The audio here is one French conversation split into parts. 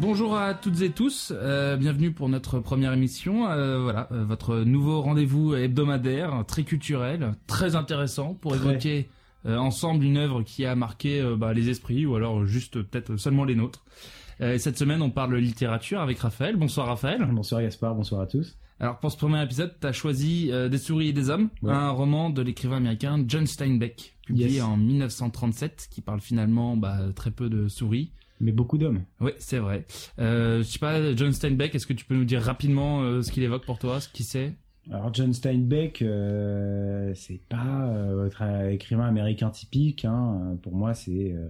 Bonjour à toutes et tous, euh, bienvenue pour notre première émission. Euh, voilà, euh, votre nouveau rendez-vous hebdomadaire, très culturel, très intéressant pour Très. évoquer euh, ensemble une œuvre qui a marqué euh, bah, les esprits ou alors juste euh, peut-être seulement les nôtres. Euh, et cette semaine, on parle littérature avec Raphaël. Bonsoir Raphaël. Bonsoir Gaspard, bonsoir à tous. Alors pour ce premier épisode, t'as choisi euh, Des souris et des hommes, Ouais. un roman de l'écrivain américain John Steinbeck, publié Yes. en 1937, qui parle finalement bah, très peu de souris. Mais beaucoup d'hommes. Oui, c'est vrai. Euh, je sais pas, John Steinbeck, est-ce que tu peux nous dire rapidement euh, ce qu'il évoque pour toi, ce qu'il sait Alors John Steinbeck, euh, c'est pas euh, votre euh, écrivain américain typique. hein. Euh, Pour moi, c'est euh,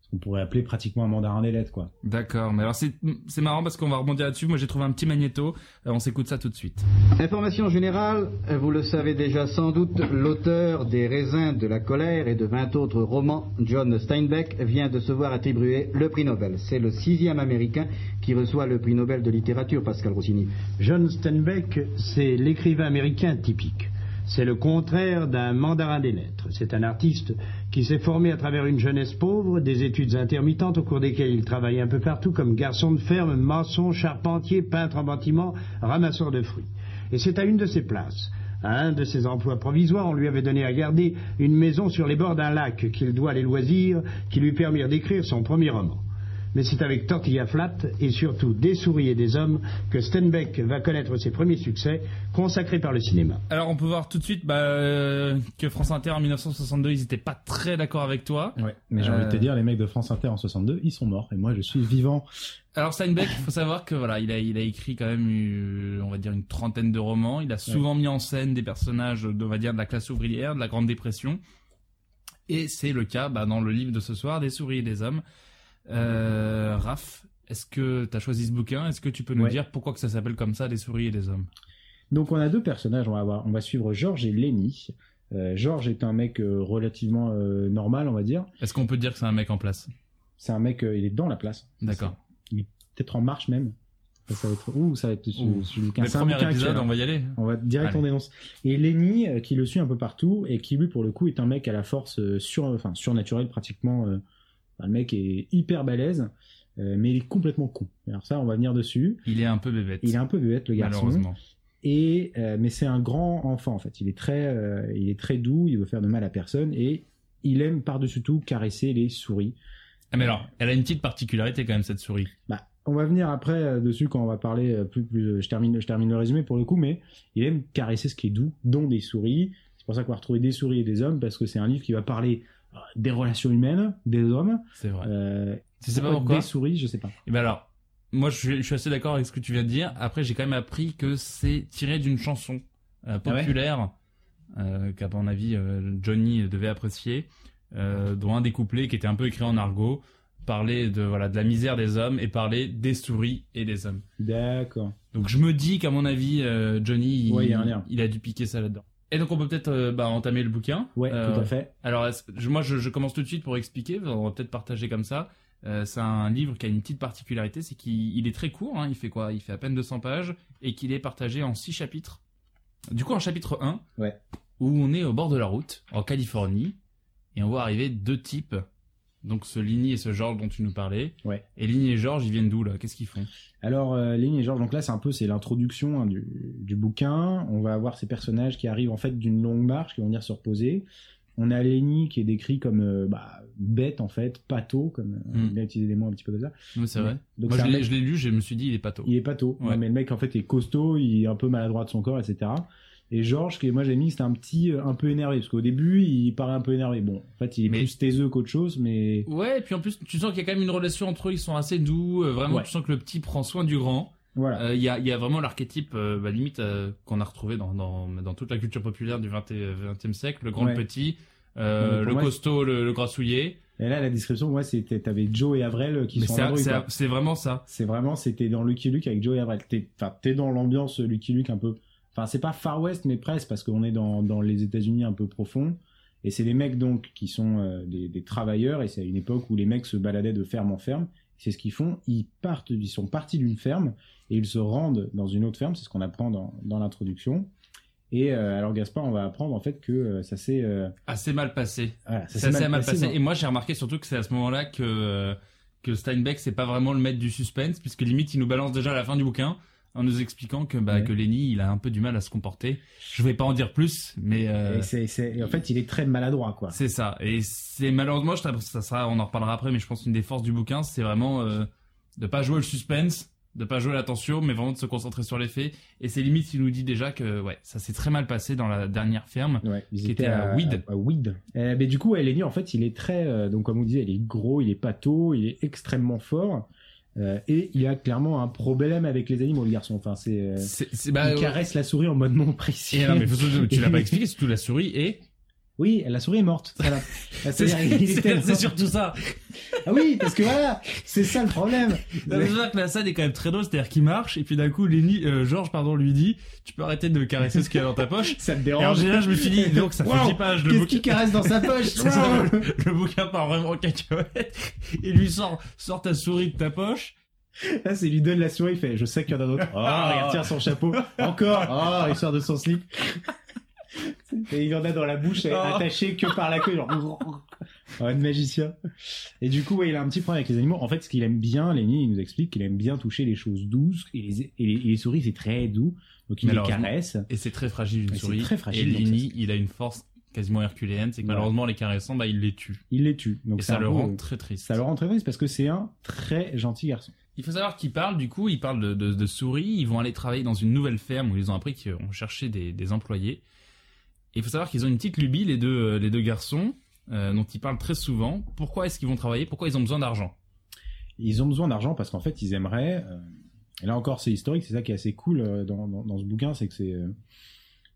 ce qu'on pourrait appeler pratiquement un mandarin des lettres, quoi. D'accord, mais alors c'est c'est marrant parce qu'on va rebondir là-dessus. Moi j'ai trouvé un petit magnéto, Euh, on s'écoute ça tout de suite. Information générale, vous le savez déjà sans doute, l'auteur des Raisins de la colère et de vingt autres romans, John Steinbeck, vient de se voir attribuer le prix Nobel. C'est le sixième américain qui reçoit le prix Nobel de littérature, Pascal Rossini. John Steinbeck, c'est l'écrivain américain typique. C'est le contraire d'un mandarin des lettres. C'est un artiste qui s'est formé à travers une jeunesse pauvre, des études intermittentes au cours desquelles il travaillait un peu partout comme garçon de ferme, maçon, charpentier, peintre en bâtiment, ramasseur de fruits. Et c'est à une de ses places, à un de ses emplois provisoires, on lui avait donné à garder une maison sur les bords d'un lac qu'il doit à les loisirs, qui lui permirent d'écrire son premier roman. Mais c'est avec Tortilla Flat et surtout Des souris et des hommes que Steinbeck va connaître ses premiers succès consacrés par le cinéma. Alors on peut voir tout de suite bah, euh, que France Inter en 1962, ils étaient pas très d'accord avec toi. Ouais. Mais j'ai envie de te Euh. dire, les mecs de France Inter en 62, ils sont morts et moi, je suis vivant. Alors Steinbeck, il faut savoir que voilà, il a, il a écrit quand même, euh, on va dire une trentaine de romans. Il a souvent mis en scène des personnages, de- on va dire de la classe ouvrière, de la Grande Dépression. Et c'est le cas bah, dans le livre de ce soir, des souris et des hommes. Euh, Raph, est-ce que t'as choisi ce bouquin Est-ce que tu peux nous Ouais. dire pourquoi que ça s'appelle comme ça, des souris et des hommes Donc on a deux personnages, on va avoir, on va suivre Georges et Lenny. Euh, Georges est un mec euh, relativement euh, normal, on va dire. Est-ce qu'on peut dire que c'est un mec en place C'est un mec, euh, il est dans la place. D'accord. Peut-être en marche même. Ça, ça va être, ouh, ça va être, Ouh. c'est un Le premier bouquin actuel, épisode, hein. on va y aller. On va direct Allez. on dénonce. Et Lenny euh, qui le suit un peu partout et qui lui pour le coup est un mec à la force euh, sur, enfin surnaturelle pratiquement. euh, enfin, le mec est hyper balèze, euh, mais il est complètement con. Alors ça on va venir dessus. Il est un peu bébête, Il est un peu bête le garçon. malheureusement. Et euh, mais c'est un grand enfant en fait. Il est très, euh, il est très doux. Il veut faire de mal à personne et il aime par dessus tout caresser les souris. Ah, mais alors, elle a une petite particularité quand même cette souris. Bah, on va venir après euh, dessus quand on va parler euh, plus, plus euh, je termine je termine le résumé pour le coup mais il aime caresser ce qui est doux dont des souris c'est pour ça qu'on va retrouver des souris et des hommes parce que c'est un livre qui va parler euh, des relations humaines des hommes C'est vrai. euh, tu sais pas pourquoi des souris je sais pas Et ben alors, moi je suis, je suis assez d'accord avec ce que tu viens de dire. Après, j'ai quand même appris que c'est tiré d'une chanson euh, Ah ouais populaire euh, qu'à mon avis euh, Johnny devait apprécier, euh, dont un des couplets qui était un peu écrit en argot parlait de voilà de la misère des hommes et parlait des souris et des hommes. d'accord Donc je me dis qu'à mon avis euh, Johnny il, Ouais, il y a un lien. il a dû piquer ça là-dedans. Et donc on peut peut-être euh, bah, entamer le bouquin. ouais Euh, tout à fait alors, est-ce- je- moi, je, je commence tout de suite pour expliquer. On va peut-être partager comme ça. Euh, c'est un livre qui a une petite particularité, c'est qu'il il est très court. hein. il fait quoi Il fait à peine 200 pages et qu'il est partagé en six chapitres. Du coup, en chapitre 1, Ouais. où on est au bord de la route en Californie et on voit arriver deux types. Donc, ce Ligny et ce Georges dont tu nous parlais. Ouais. Et Ligny et Georges, ils viennent d'où là Qu'est-ce qu'ils font Alors, euh, Lenny et Georges, donc là, c'est un peu c'est l'introduction hein, du, du bouquin. On va avoir ces personnages qui arrivent en fait d'une longue marche, qui vont venir se reposer. On a Lenny qui est décrit comme euh, bah, bête en fait, pâteau, comme euh, Mm. il a utilisé des mots un petit peu comme ça. Non, mais C'est vrai. Donc, moi, c'est je un l'ai- mec- je l'ai lu, je me suis dit, il est pâteau. il est pâteau, Ouais. Ouais, mais le mec en fait est costaud, il est un peu maladroit de son corps, etc. Et Georges, que moi j'ai mis, c'était un petit, euh, un peu énervé, parce qu'au début, il paraît un peu énervé. Bon, en fait, il est Mais- plus taiseux qu'autre chose, mais Ouais, et puis en plus, tu sens qu'il y a quand même une relation entre eux, ils sont assez doux. euh, vraiment, Ouais. tu sens que le petit prend soin du grand. voilà. Euh, Il y, a, il y a vraiment l'archétype, euh, bah, limite, euh, qu'on a retrouvé dans, dans, dans toute la culture populaire du 20 e siècle, le grand Ouais. le petit, euh, Non, mais pour le moi, costaud, le, le grassouillet. Et là, la description, moi, c'était, t'avais Joe et Avrel qui Mais sont c'est- dans la rue, c'est quoi. c'est vraiment ça. C'est vraiment, c'était dans Lucky Luke avec Joe et Avril. T'es, enfin, t'es dans l'ambiance Lucky Luke un peu. Enfin, c'est pas Far West, mais presque, parce qu'on est dans, dans les États-Unis un peu profond. Et c'est des mecs donc qui sont euh, des, des travailleurs, et c'est à une époque où les mecs se baladaient de ferme en ferme. C'est ce qu'ils font. Ils partent, ils sont partis d'une ferme et ils se rendent dans une autre ferme. C'est ce qu'on apprend dans, dans l'introduction. Et euh, alors Gaspard, on va apprendre en fait que euh, ça s'est, euh, Assez mal passé. voilà, ça Ça s'est s'est mal, passé. dans- Et moi, j'ai remarqué surtout que c'est à ce moment-là que, euh, que que Steinbeck c'est pas vraiment le maître du suspense puisque limite il nous balance déjà à la fin du bouquin en nous expliquant que bah Ouais. que Lenny il a un peu du mal à se comporter. Je vais pas en dire plus, mais euh, Et c'est- c'est- et en fait, il est très maladroit, quoi. c'est ça. Et c'est malheureusement, je t'app- ça sera, on en reparlera après, mais je pense qu'une des forces du bouquin, c'est vraiment euh, de pas jouer le suspense, de pas jouer l'attention, mais vraiment de se concentrer sur les faits. Et c'est limite, il nous dit déjà que ouais, ça s'est très mal passé dans la dernière ferme. Ouais, ils Qui étaient était à Weed. à Weed. Euh, mais du coup, ouais, Lenny, en fait, il est très, euh, donc comme on disait, il est gros, il est pâteau, il est extrêmement fort, euh, et il a clairement un problème avec les animaux, le garçon. Enfin, c'est, euh, C'est c'est- bah, il ouais. caresse la souris en mode Eh, non précis. Et non, mais faut surtout- tu l'as pas expliqué, surtout la souris et Oui, la souris est morte. Voilà. c'est C'est-à-dire, il est tellement- c'est surtout ça. Ah oui, parce que voilà, c'est ça le problème. Non, mais C'est vrai que la scène est quand même très drôle, c'est-à-dire qu'il marche et puis d'un coup, Lenny, euh, Georges, pardon, lui dit, tu peux arrêter de caresser ce qu'il y a dans ta poche. Ça te Et en dérange. général, je me suis dit, donc ça Wow, fait 10 pages, le Qu'est-ce bouquin. qu'il caresse dans sa poche C'est ça, Wow. le, le bouquin part vraiment en cacahuète. Il lui sort, sort ta souris de ta poche. Là, c'est il lui donne la souris, il fait, je sais qu'il y en a d'autres. Ah, il retire son chapeau. Encore. Ah, il sort de son slip. Et il en a dans la bouche, elle est Ah. attachée que par la queue, genre. Oh, Un magicien. Et du coup, ouais, il a un petit problème avec les animaux. En fait, ce qu'il aime bien, Lenny, il nous explique qu'il aime bien toucher les choses douces. Et les, et les, et les souris, c'est très doux. Donc, il les Malheureusement. caresse. Et c'est très fragile une Et c'est souris. très fragile, et donc Lenny, il a une force quasiment herculéenne, c'est que Ouais. malheureusement, les caressant, bah, il les tue. Il les tue. Donc, et c'est ça un le peu- euh, rend très triste. ça le rend très triste parce que c'est un très gentil garçon. Il faut savoir qu'ils parlent, du coup, ils parlent de, de, de souris, ils vont aller travailler dans une nouvelle ferme où ils ont appris qu'on cherchait des, des employés. Et il faut savoir qu'ils ont une petite lubie, les deux, euh, les deux garçons, euh, dont ils parlent très souvent. Pourquoi est-ce qu'ils vont travailler Pourquoi ils ont besoin d'argent Ils ont besoin d'argent parce qu'en fait, ils aimeraient. euh, et là encore, c'est historique. C'est ça qui est assez cool euh, dans, dans, dans ce bouquin, c'est que c'est, euh,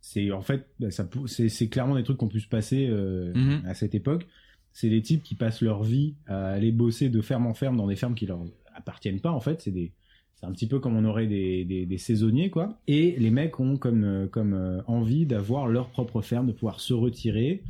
c'est en fait, bah, ça, pou- c'est, c'est clairement des trucs qu'on pu se passer euh, Mhm. à cette époque. C'est des types qui passent leur vie à aller bosser de ferme en ferme dans des fermes qui leur appartiennent pas. En fait, c'est des, c'est un petit peu comme on aurait des, des, des saisonniers, quoi. Et les mecs ont comme, euh, comme euh, envie d'avoir leur propre ferme, de pouvoir se retirer.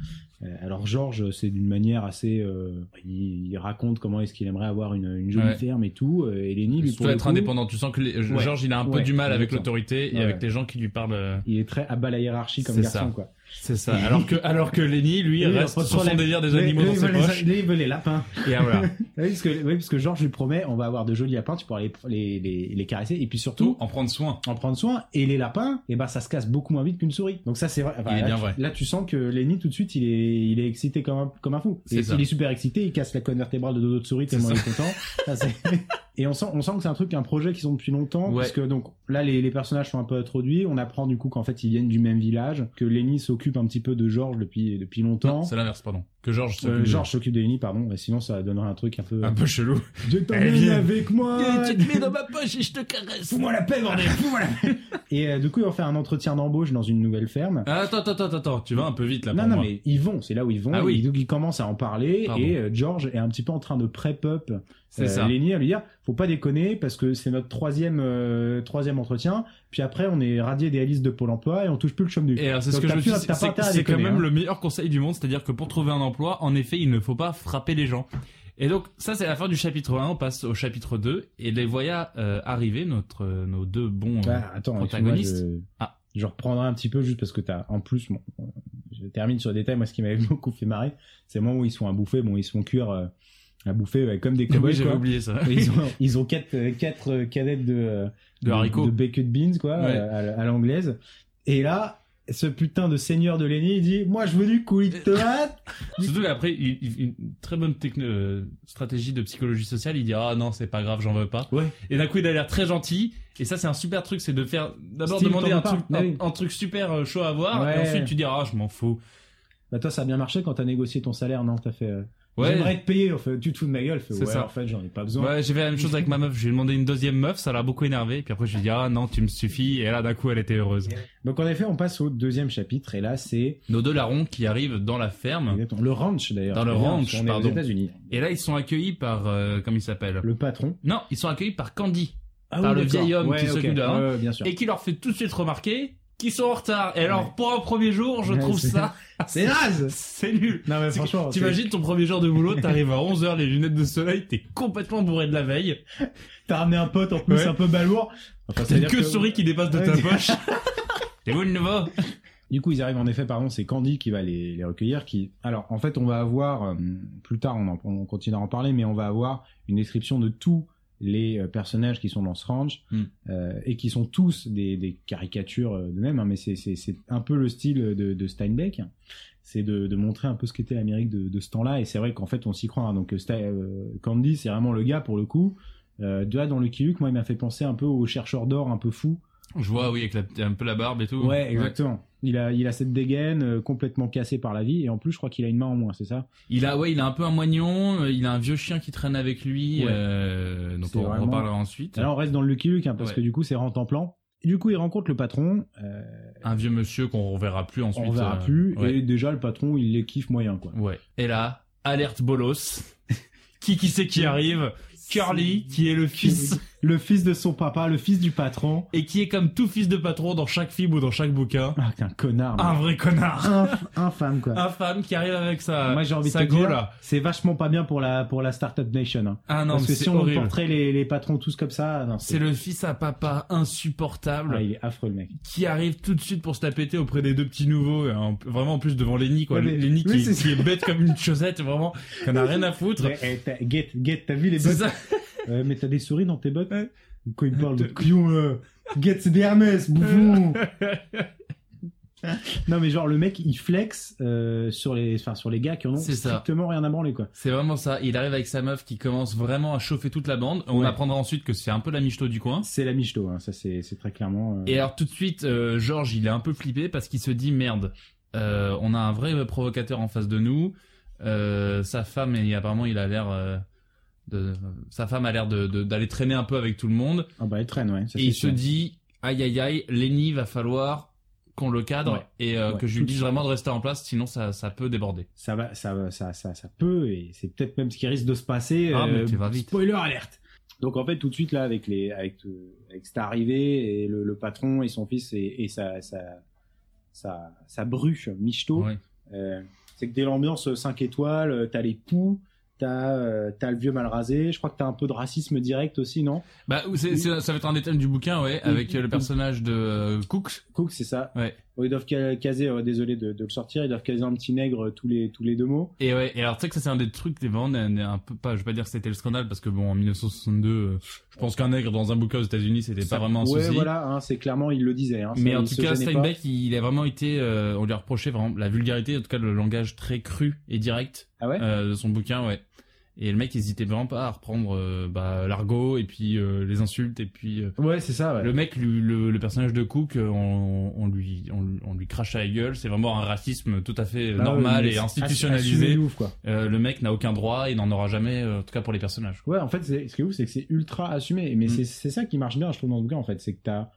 Euh, alors Georges, c'est d'une manière assez, euh, il, il raconte comment est-ce qu'il aimerait avoir une, une jolie Ouais. ferme et tout. euh, Et Lenny, lui, Il pour faut le être coup, indépendant. Tu sens que les- Ouais. Georges, il a un peu Ouais, du mal avec exactement. l'autorité et Ouais. avec les gens qui lui parlent. euh, il est très à bas la hiérarchie comme C'est garçon, ça. quoi. C'est ça. Alors que, alors que Lenny, lui, Et lui, reste il sur son reprend la- délire des Lui, animaux lui, dans il ses veut les- poches. lui, il veut les lapins. Et voilà. Ah Oui, parce que, oui, parce que Georges lui promet, on va avoir de jolis lapins, tu pourras les, les, les, les caresser, et puis surtout, Tout en prendre soin. en prendre soin. Et les lapins, eh ben, ça se casse beaucoup moins vite qu'une souris. Donc ça, c'est vrai. Enfin, Il est là, bien tu- vrai. Là, tu sens que Lenny, tout de suite, il est, il est excité comme un, comme un fou. C'est Et ça. il est super excité, il casse la colonne vertébrale de deux autres souris tellement C'est il est content. Ça, c'est- Et on sent, on sent que c'est un truc, un projet qu'ils ont depuis longtemps, Ouais. parce que donc là les, les personnages sont un peu introduits. On apprend du coup qu'en fait ils viennent du même village, que Lenny s'occupe un petit peu de Georges depuis depuis longtemps. Non, c'est l'inverse, pardon. Que Georges se. Euh, Georges s'occupe de Lenny, pardon. mais Sinon ça donnerait un truc un peu. Un peu chelou. Je Eh, t'emmène viens. avec moi. mets dans ma poche et je te caresse. Fous-moi la paix, bordel, fous-moi la paix. Et euh, du coup, ils vont faire un entretien d'embauche dans une nouvelle ferme. Ah, Attends, attends, attends, attends. Tu vas un peu vite là non, Ah, pour non, moi. mais ils vont, c'est là où ils vont. Ah oui. Et donc, ils commencent à en parler. Pardon. Et euh, George est un petit peu en train de prep-up euh, C'est ça. Lenny à lui dire faut pas déconner parce que c'est notre troisième, euh, troisième entretien. Puis après, on est radié des listes de Pôle emploi et on touche plus le chôme du. Et alors, c'est ce Donc, que je t'as me suis plus- dit, t'as pas c'est intérêt à c'est quand déconner, même hein. le meilleur conseil du monde, c'est-à-dire que pour trouver un emploi, en effet, il ne faut pas frapper les gens. Et donc, ça, c'est la fin du chapitre 1, on passe au chapitre 2, et les voyants arriver, notre, euh, nos deux bons... euh, Bah, attends, Protagoniste. excuse-moi, Je... Ah. je reprendrai un petit peu juste parce que t'as, en plus, bon, je termine sur le détail. Moi, ce qui m'avait beaucoup fait marrer, c'est le moment où ils sont à bouffer. Bon, ils se font cuire euh, à bouffer ouais, comme des Oui, cowboys. j'avais quoi. oublié ça. ils ont, ils ont quatre, euh, quatre euh, cadettes de, euh, de haricots. de baked beans, quoi, Ouais. euh, à, l- à l'anglaise. Et là, ce putain de seigneur de Lenny, il dit, moi, je veux du coulis de tomate. Surtout après, il, il- une très bonne techno- euh, stratégie de psychologie sociale, il dit ah non c'est pas grave, j'en veux pas. Ouais. Et d'un coup il a l'air très gentil. Et ça c'est un super truc, c'est de faire d'abord Style, demander t'en un veux pas. truc, Ah un, oui. un truc super euh, chaud à voir, Ouais. et ensuite tu dis ah je m'en fous. Bah, toi, ça a bien marché quand t'as négocié ton salaire, non? T'as fait, euh, Ouais. j'aimerais te payer, en fait, tu te fous de ma gueule. Fait, C'est ouais, ça. en fait, j'en ai pas besoin. Ouais, j'ai fait la même chose avec ma meuf. J'ai demandé une deuxième meuf, ça l'a beaucoup énervé. Puis après, je lui ai dit, ah non, tu me suffis. Et là, d'un coup, elle était heureuse. Donc, en effet, on passe au deuxième chapitre, et là, c'est, Nos deux larrons qui arrivent dans la ferme. Exactement. Le ranch d'ailleurs. Dans le C'est-à-dire, ranch, on est pardon. aux États-Unis. Et là, ils sont accueillis par, euh, comment il s'appelle Le patron. Non, ils sont accueillis par Candy. Ah Par le d'accord. vieil homme qui ok. s'occupe de la Ouais, ouais, bien sûr. Et qui leur fait tout de suite remarquer qu'ils sont en retard. Et alors, Ouais. pour un premier jour, je Ouais, trouve c'est- ça... C'est naze. C'est nul. Non mais C'est que franchement, c'est- T'imagines ton premier jour de boulot, t'arrives à 11h, les lunettes de soleil, t'es complètement bourré de la veille. t'as ramené un pote en plus Ouais. un peu balourd. Enfin, T'as c'est-à-dire que souris qui dépasse de ta Ouais. poche. C'est vous le nouveau Du coup, ils arrivent en effet, pardon, c'est Candy qui va les, les recueillir. Qui, alors, en fait, on va avoir euh, plus tard, on, en, on continuera à en parler, mais on va avoir une description de tous les euh, personnages qui sont dans ce ranch Mm. euh, et qui sont tous des, des caricatures euh, d'eux-mêmes. hein, mais c'est- c'est c'est un peu le style de, de Steinbeck. C'est de, de montrer un peu ce qu'était l'Amérique de, de ce temps-là. Et c'est vrai qu'en fait, on s'y croit. hein. Donc, euh, Sti- euh, Candy, c'est vraiment le gars pour le coup. Euh, déjà dans Lucky Luke, moi, il m'a fait penser un peu au chercheur d'or un peu fou. Je vois, oui, avec la- un peu la barbe et tout. Ouais, exactement. Il a, il a cette dégaine euh, complètement cassée par la vie, et en plus, je crois qu'il a une main en moins, c'est ça Il a, ouais, il a un peu un moignon, euh, il a un vieux chien qui traîne avec lui, Ouais. euh, donc C'est on vraiment- en reparlera ensuite. Alors, on reste dans le Lucky Luke, hein, parce Ouais. que du coup, c'est rente en plan. Et du coup, il rencontre le patron, euh, Un vieux monsieur qu'on reverra plus ensuite. on verra euh, plus, ouais. et déjà, le patron, il les kiffe moyen, quoi. Ouais. Et là, alerte bolos. qui qui c'est qui arrive Curly, qui est le fils Le fils de son papa, le fils du patron. et qui est comme tout fils de patron dans chaque film ou dans chaque bouquin. Ah, t'es un connard. Un mec. vrai connard. Inf- infâme, quoi. Infâme qui arrive avec sa Moi, j'ai envie de sa te dire, gaule. c'est vachement pas bien pour la, pour la Startup Nation. hein. Ah non, parce que mais c'est si on horrible. portrait les, les patrons tous comme ça, non, C'est le fils à papa insupportable Ah, il est affreux, le mec. qui arrive tout de suite pour se la péter auprès des deux petits nouveaux, euh, en- vraiment en plus devant Lenny quoi. Ouais, mais- Lenny oui, qui, c'est qui est bête comme une chaussette, vraiment, qui en a rien à foutre. Mais, eh, t'as- Get, get, t'as vu les C'est bottes ça. Ouais, mais t'as des souris dans tes bottes Ouais. Quand il parle de couillon, euh, get, c'est des Hermès, bouffon Non, mais genre, le mec, il flex euh, sur, les, enfin, sur les gars qui en ont C'est ça. strictement rien à branler, quoi. C'est vraiment ça. Il arrive avec sa meuf qui commence vraiment à chauffer toute la bande. On Ouais. apprendra ensuite que c'est un peu la michto du coin. C'est la michto, hein, ça, c'est c'est très clairement... euh, Et alors tout de suite, euh, Georges, il est un peu flippé parce qu'il se dit merde, euh, on a un vrai provocateur en face de nous. Euh, sa femme, et apparemment, il a l'air euh, de, sa femme a l'air de- de- d'aller traîner un peu avec tout le monde. Ah bah, elle traîne, ouais. Ça, et c'est il sûr. se dit aïe aïe aïe, Lenny va falloir qu'on le cadre Ouais. et euh, Ouais, que je tout lui de dise suite. vraiment de rester en place, sinon ça, ça peut déborder. Ça va, ça va, ça, ça, ça peut, et c'est peut-être même ce qui risque de se passer. euh, Ah, mais tu vas vite. Spoiler alerte. Donc en fait tout de suite là avec les, avec, euh, avec cette arrivée et le, le patron et son fils et, et sa, sa, sa, sa bruche Michto, Ouais. euh, c'est que dès l'ambiance 5 étoiles, euh, t'as les poux, t'as, euh, t'as le vieux mal rasé. Je crois que t'as un peu de racisme direct aussi, non Bah, c'est- c'est- ça va être un des thèmes du bouquin, ouais, avec euh, le personnage de euh, Cook. Cook, c'est ça. Ouais. Bon, ils doivent ca- caser, euh, désolé de, de le sortir, ils doivent caser un petit nègre euh, tous les, tous les deux mots. Et ouais, et alors tu sais que ça c'est un des trucs des vraiment un, un peu pas, je vais pas dire que c'était le scandale parce que bon en 1962, euh, je pense qu'un nègre dans un bouquin aux États-Unis c'était pas Ça- vraiment un ouais, souci. voilà, hein, c'est clairement, il le disait. Hein, Mais ça, en il tout se cas, gênait pas. Steinbeck, il, il a vraiment été, euh, on lui a reproché vraiment la vulgarité, en tout cas le langage très cru et direct Ah ouais euh, de son bouquin, ouais. Et le mec hésitait vraiment pas à reprendre euh, bah, l'argot et puis euh, les insultes et puis euh, Ouais, c'est ça. ouais. le mec, lui- le, le personnage de Cook, euh, on, on lui, on, on lui crache à la gueule. C'est vraiment un racisme tout à fait euh, Bah ouais, normal mais et c'est institutionnalisé. assumé de ouf, quoi. Euh, le mec n'a aucun droit et n'en aura jamais, euh, en tout cas pour les personnages. Ouais, en fait, c'est- ce qui est ouf, c'est que c'est ultra assumé. Mais Mm. c'est- c'est ça qui marche bien, je trouve, dans ce bouquin, en fait. C'est que t'as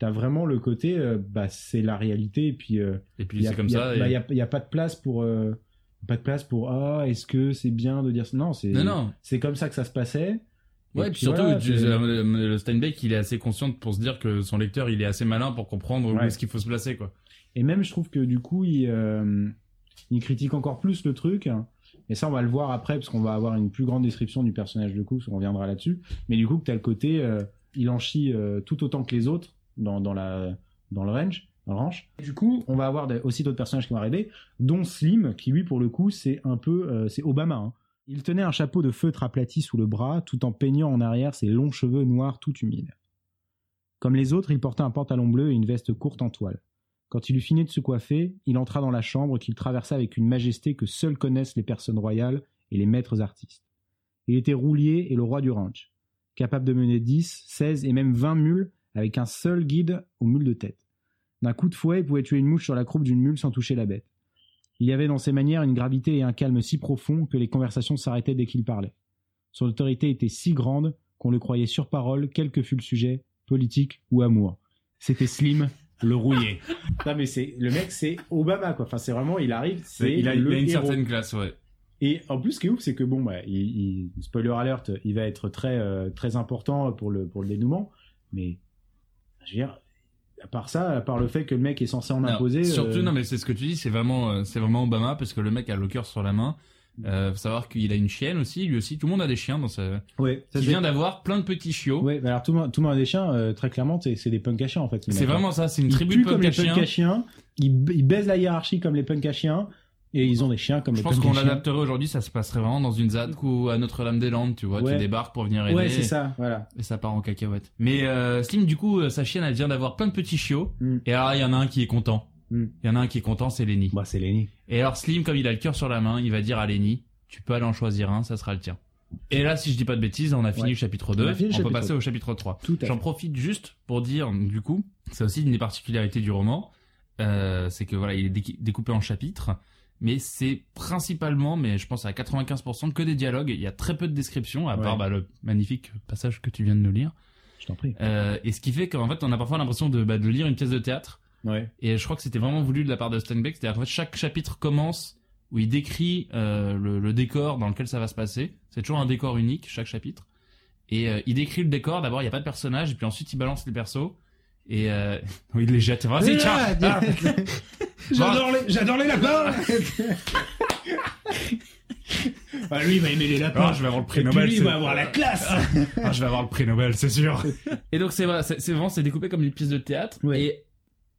as vraiment le côté, euh, bah, c'est la réalité, et puis. euh, Et puis y a- c'est comme y a- ça. bah, et- y a, y a pas de place pour. euh, pas de place pour. Ah, est-ce que c'est bien de dire ça Non, c'est. Non, non. C'est comme ça que ça se passait. Ouais, Et puis surtout, voilà, tu- c'est- euh, le Steinbeck, il est assez conscient pour se dire que son lecteur, il est assez malin pour comprendre où Ouais. est-ce qu'il faut se placer, quoi. Et même, je trouve que du coup, il, euh, il critique encore plus le truc. Et ça, on va le voir après, parce qu'on va avoir une plus grande description du personnage de Cooks, on reviendra là-dessus. Mais du coup, que t'as le côté, euh, il en chie euh, tout autant que les autres dans, dans, la, dans le range. Dans le ranch. Du coup, on va avoir des- aussi d'autres personnages qui vont arriver, dont Slim, qui lui, pour le coup, c'est un peu, euh, c'est Obama. hein. Il tenait un chapeau de feutre aplati sous le bras, tout en peignant en arrière ses longs cheveux noirs tout humides. Comme les autres, il portait un pantalon bleu et une veste courte en toile. Quand il eut fini de se coiffer, il entra dans la chambre qu'il traversa avec une majesté que seules connaissent les personnes royales et les maîtres artistes. Il était roulier et le roi du ranch, capable de mener 10, 16 et même 20 mules avec un seul guide aux mules de tête. D'un coup de fouet, il pouvait tuer une mouche sur la croupe d'une mule sans toucher la bête. Il y avait dans ses manières une gravité et un calme si profonds que les conversations s'arrêtaient dès qu'il parlait. Son autorité était si grande qu'on le croyait sur parole, quel que fût le sujet, politique ou amour. C'était Slim, le rouillé. Non mais c'est le mec c'est Obama quoi. Enfin c'est vraiment il arrive c'est Il a, il le a une héros. certaine classe, ouais. Et en plus ce qui est ouf c'est que bon bah il, il- spoiler alert il va être très euh, très important pour le pour le dénouement mais je veux dire à part ça à part le fait que le mec est censé en Non, imposer surtout, euh, non, mais c'est ce que tu dis, c'est vraiment, euh, c'est vraiment Obama parce que le mec a le cœur sur la main. Euh, faut savoir qu'il a une chienne aussi, lui aussi. Tout le monde a des chiens dans sa. Ouais, Mm. ça Il c'est- vient d'avoir plein de petits chiots. Ouais, mais alors tout le monde, tout le monde a des chiens, euh, très clairement, c'est c'est des punks à chiens en fait. C'est vraiment ça. C'est une Ils tribu puent de comme punk les à punks chiens. à chiens, ils, ba- ils baissent la hiérarchie comme les punks à chiens, et ils ont des chiens Oh, comme Je les pense punks qu'on à chiens. l'adapterait aujourd'hui, ça se passerait vraiment dans une ZAD ou à Notre-Dame-des-Landes, tu vois. Ouais. Tu débarques pour venir aider. Ouais, c'est ça, voilà. Et ça part en cacahuète. Mais euh, Slim, du coup, euh, sa chienne, elle vient d'avoir plein de petits chiots. Mm. Et alors, il y en a un qui est content. Il Mm. y en a un qui est content, c'est Lenny. Bah, c'est Lenny. Et alors, Slim, comme il a le cœur sur la main, il va dire à Lenny, tu peux aller en choisir un, ça sera le tien. Et là, si je dis pas de bêtises, on a fini Ouais. le chapitre On 2, a fini le on, peut chapitre passer deux. au chapitre 3. Tout à J'en profite juste pour dire, du coup, c'est aussi une des particularités du roman, euh, c'est que voilà, il est déqui- découpé en chapitres, mais c'est principalement, mais je pense à 95% que des dialogues, il y a très peu de descriptions, à Ouais. part bah, le magnifique passage que tu viens de nous lire. Je t'en prie. Euh, et ce qui fait qu'en fait, on a parfois l'impression de, bah, de lire une pièce de théâtre. Ouais. Et je crois que c'était vraiment voulu de la part de Steinbeck. C'est-à-dire qu'en fait, chaque chapitre commence où il décrit euh, le, le décor dans lequel ça va se passer. C'est toujours un décor unique, chaque chapitre. Et euh, il décrit le décor. D'abord, il n'y a pas de personnage. Et puis ensuite, il balance les persos. Et euh... il les jette. Vas-y, tiens Ah J'adore les, j'adore les lapins! ah, lui, il va aimer les Ah, je vais avoir le prix Nobel. c'est- classe! Ah, je vais avoir le prix Nobel, c'est sûr. Et donc c'est vrai, c'est c'est vraiment c'est découpé comme une pièce de théâtre Ouais. et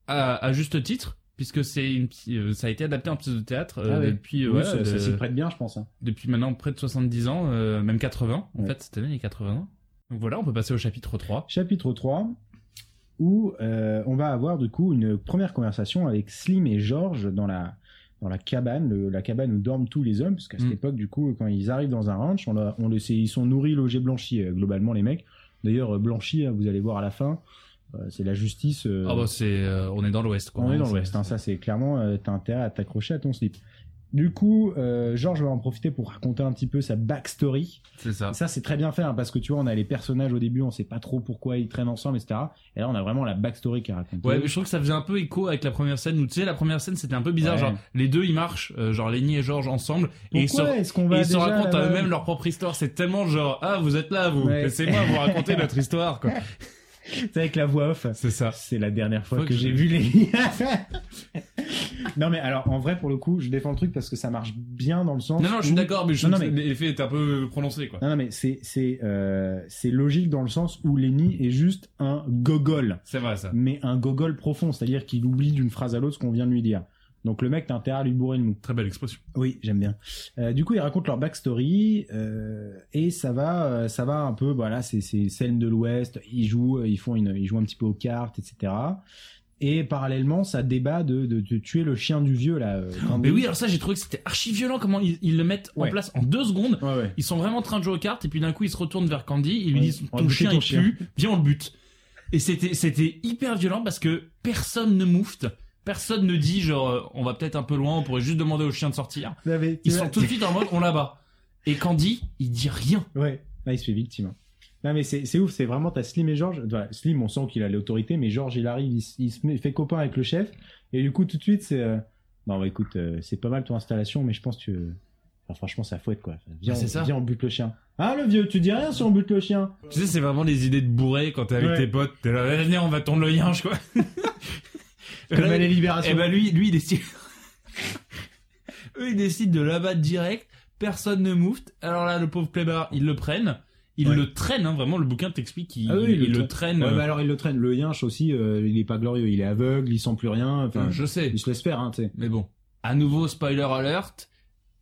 à, à juste titre puisque c'est une pi- euh, ça a été adapté en pièce de théâtre euh, Ah ouais. depuis euh, Oui, ouais, ça, ça de- s'y prête bien, je pense. hein. depuis maintenant près de 70 ans, euh, même 80 en Ouais. fait, cette année il y a 80 ans. Donc voilà, on peut passer au chapitre 3. Chapitre 3, où euh, on va avoir du coup une première conversation avec Slim et George dans la, dans la cabane, le- la cabane où dorment tous les hommes, parce qu'à Mm. cette époque, du coup, quand ils arrivent dans un ranch, on, l'a- on le sait, ils sont nourris, logés, blanchis, euh, globalement, les mecs. D'ailleurs, euh, blanchis, hein, vous allez voir à la fin, euh, c'est la justice. euh, Ah bah c'est euh, on est dans l'ouest quoi. on est hein, dans c'est- l'Ouest, hein, ça c'est clairement, euh, t'as intérêt à t'accrocher à ton slip. Du coup, euh, Georges va en profiter pour raconter un petit peu sa backstory. C'est ça. Et ça c'est très bien fait, hein, parce que tu vois, on a les personnages au début, on sait pas trop pourquoi ils traînent ensemble, etc. Et là, on a vraiment la backstory qui est racontée. Ouais, mais je trouve que ça faisait un peu écho avec la première scène où tu sais la première scène c'était un peu bizarre Ouais. genre les deux ils marchent euh, genre Lenny et George ensemble et ils se pourquoi est-ce qu'on Et va ils se déjà racontent hein, à là-bas eux-mêmes leur propre histoire. C'est tellement genre, ah, vous êtes là, vous. Ouais. Laissez-moi vous raconter notre histoire, quoi. C'est avec la voix off. Ah, C'est ça. C'est la dernière fois Faut que, que je- j'ai vu les. non mais alors en vrai pour le coup, je défends le truc parce que ça marche bien dans le sens. Non, non, je suis où- d'accord, mais je Non, trouve non, que l'effet est un peu prononcé, quoi. Non, non, mais c'est c'est euh, c'est logique dans le sens où Lenny est juste un gogol, C'est vrai, ça. mais un gogol profond, c'est-à-dire qu'il oublie d'une phrase à l'autre ce qu'on vient de lui dire. Donc le mec, t'as intérêt à lui bourrer le mou. Très belle expression. Oui, j'aime bien. Euh, du coup, ils racontent leur backstory euh, et ça va, euh, ça va un peu. Voilà, c'est c'est scène de l'Ouest. Ils jouent, euh, ils font une, ils jouent un petit peu aux cartes, etc. Et parallèlement, ça débat de, de, de tuer le chien du vieux là. euh, Mais Candy. oui, alors ça, j'ai trouvé que c'était archi violent comment ils, ils le mettent en Ouais. place en deux secondes. Ouais, ouais. Ils sont vraiment en train de jouer aux cartes, et puis d'un coup, ils se retournent vers Candy, ils lui Ouais. disent, On ton va buter chien, ton il chien. pue, viens, on le bute. Et c'était, c'était hyper violent parce que personne ne moufte. Personne ne dit genre euh, on va peut-être un peu loin, on pourrait juste demander au chien de sortir. Vous avez- tu Ils vois- sont tout de suite en mode on la bat. Et Candy, il dit rien. Ouais, là il se fait victime. Non mais c'est c'est ouf, c'est vraiment t'as Slim et George. Voilà, Slim, on sent qu'il a l'autorité, mais George il arrive, il, se- il se met- fait copain avec le chef, et du coup tout de suite c'est. euh, Bon bah écoute, euh, c'est pas mal ton installation, mais je pense que. tu, euh, enfin, franchement, ça fouette quoi. Viens, Ah, c'est on, ça. viens, on bute le chien. Ah le vieux, tu dis rien si on bute le chien. Tu sais, c'est vraiment les idées de bourré quand t'es avec Ouais. tes potes. T'es là, eh, venez, on va tourner le linge, quoi. Et Comme là, à la libération. eh ben lui, lui, il décide. Eux, ils décident de l'abattre direct. Personne ne moufte. Alors là, le pauvre clébard, ils le prennent. Ils Ouais. le traînent, hein, vraiment. Le bouquin t'explique qu'ils Ah oui, ils ils le traînent. Ouais, bah alors il le traîne. Le yinche aussi, euh, il est pas glorieux, il est aveugle, il sent plus rien. Enfin, euh, je sais. il se laisse faire, hein, tu sais. Mais bon. À nouveau, spoiler alert.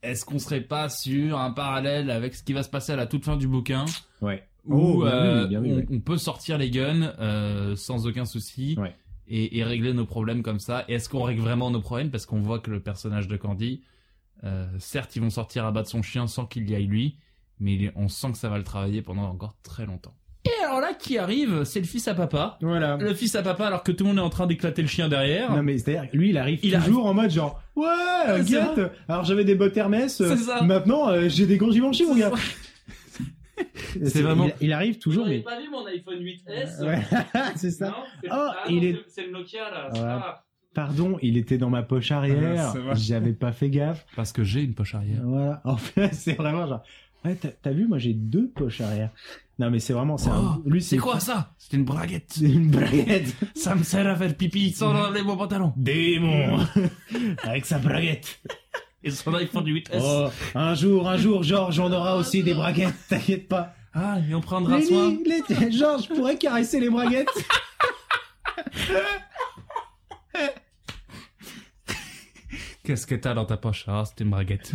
Est-ce qu'on serait pas sur un parallèle avec ce qui va se passer à la toute fin du bouquin Ouais. où Oh, bien euh, vu, bien vu, on, ouais. on peut sortir les guns euh, sans aucun souci Ouais. et, et régler nos problèmes comme ça. Et est-ce qu'on règle vraiment nos problèmes parce qu'on voit que le personnage de Candy, euh, certes, ils vont sortir à battre son chien sans qu'il y aille lui, mais il- on sent que ça va le travailler pendant encore très longtemps. Et alors là, qui arrive C'est le fils à papa. Voilà. Le fils à papa, alors que tout le monde est en train d'éclater le chien derrière. Non mais c'est-à-dire que lui il arrive Il toujours en mode genre ouais C'est guette alors j'avais des bottes Hermès euh, C'est ça. maintenant euh, j'ai des gants Givenchy mon gars C'est vraiment- il, il arrive toujours mais pas vu mon iPhone 8S. Ouais, c'est ça c'est Ah, ah non, il est- le Nokia là. c'est Ouais. pardon il était dans ma poche arrière Ah, c'est vrai. j'avais pas fait gaffe Parce que j'ai une poche arrière. voilà en fait c'est vraiment genre ouais t'as- t'as vu moi j'ai deux poches arrière non mais c'est vraiment c'est un- lui Oh, C'est quoi ça C'est une braguette. c'est une braguette Ça me sert à faire pipi sans enlever mon pantalon. démon avec sa braguette et son iPhone 8S. Oh, un jour, un jour, Georges, on aura aussi des braguettes, t'inquiète pas. Ah, et on prendra soin. Lily, les- Georges pourrait caresser les braguettes. Qu'est-ce que t'as dans ta poche Ah, c'était une braguette.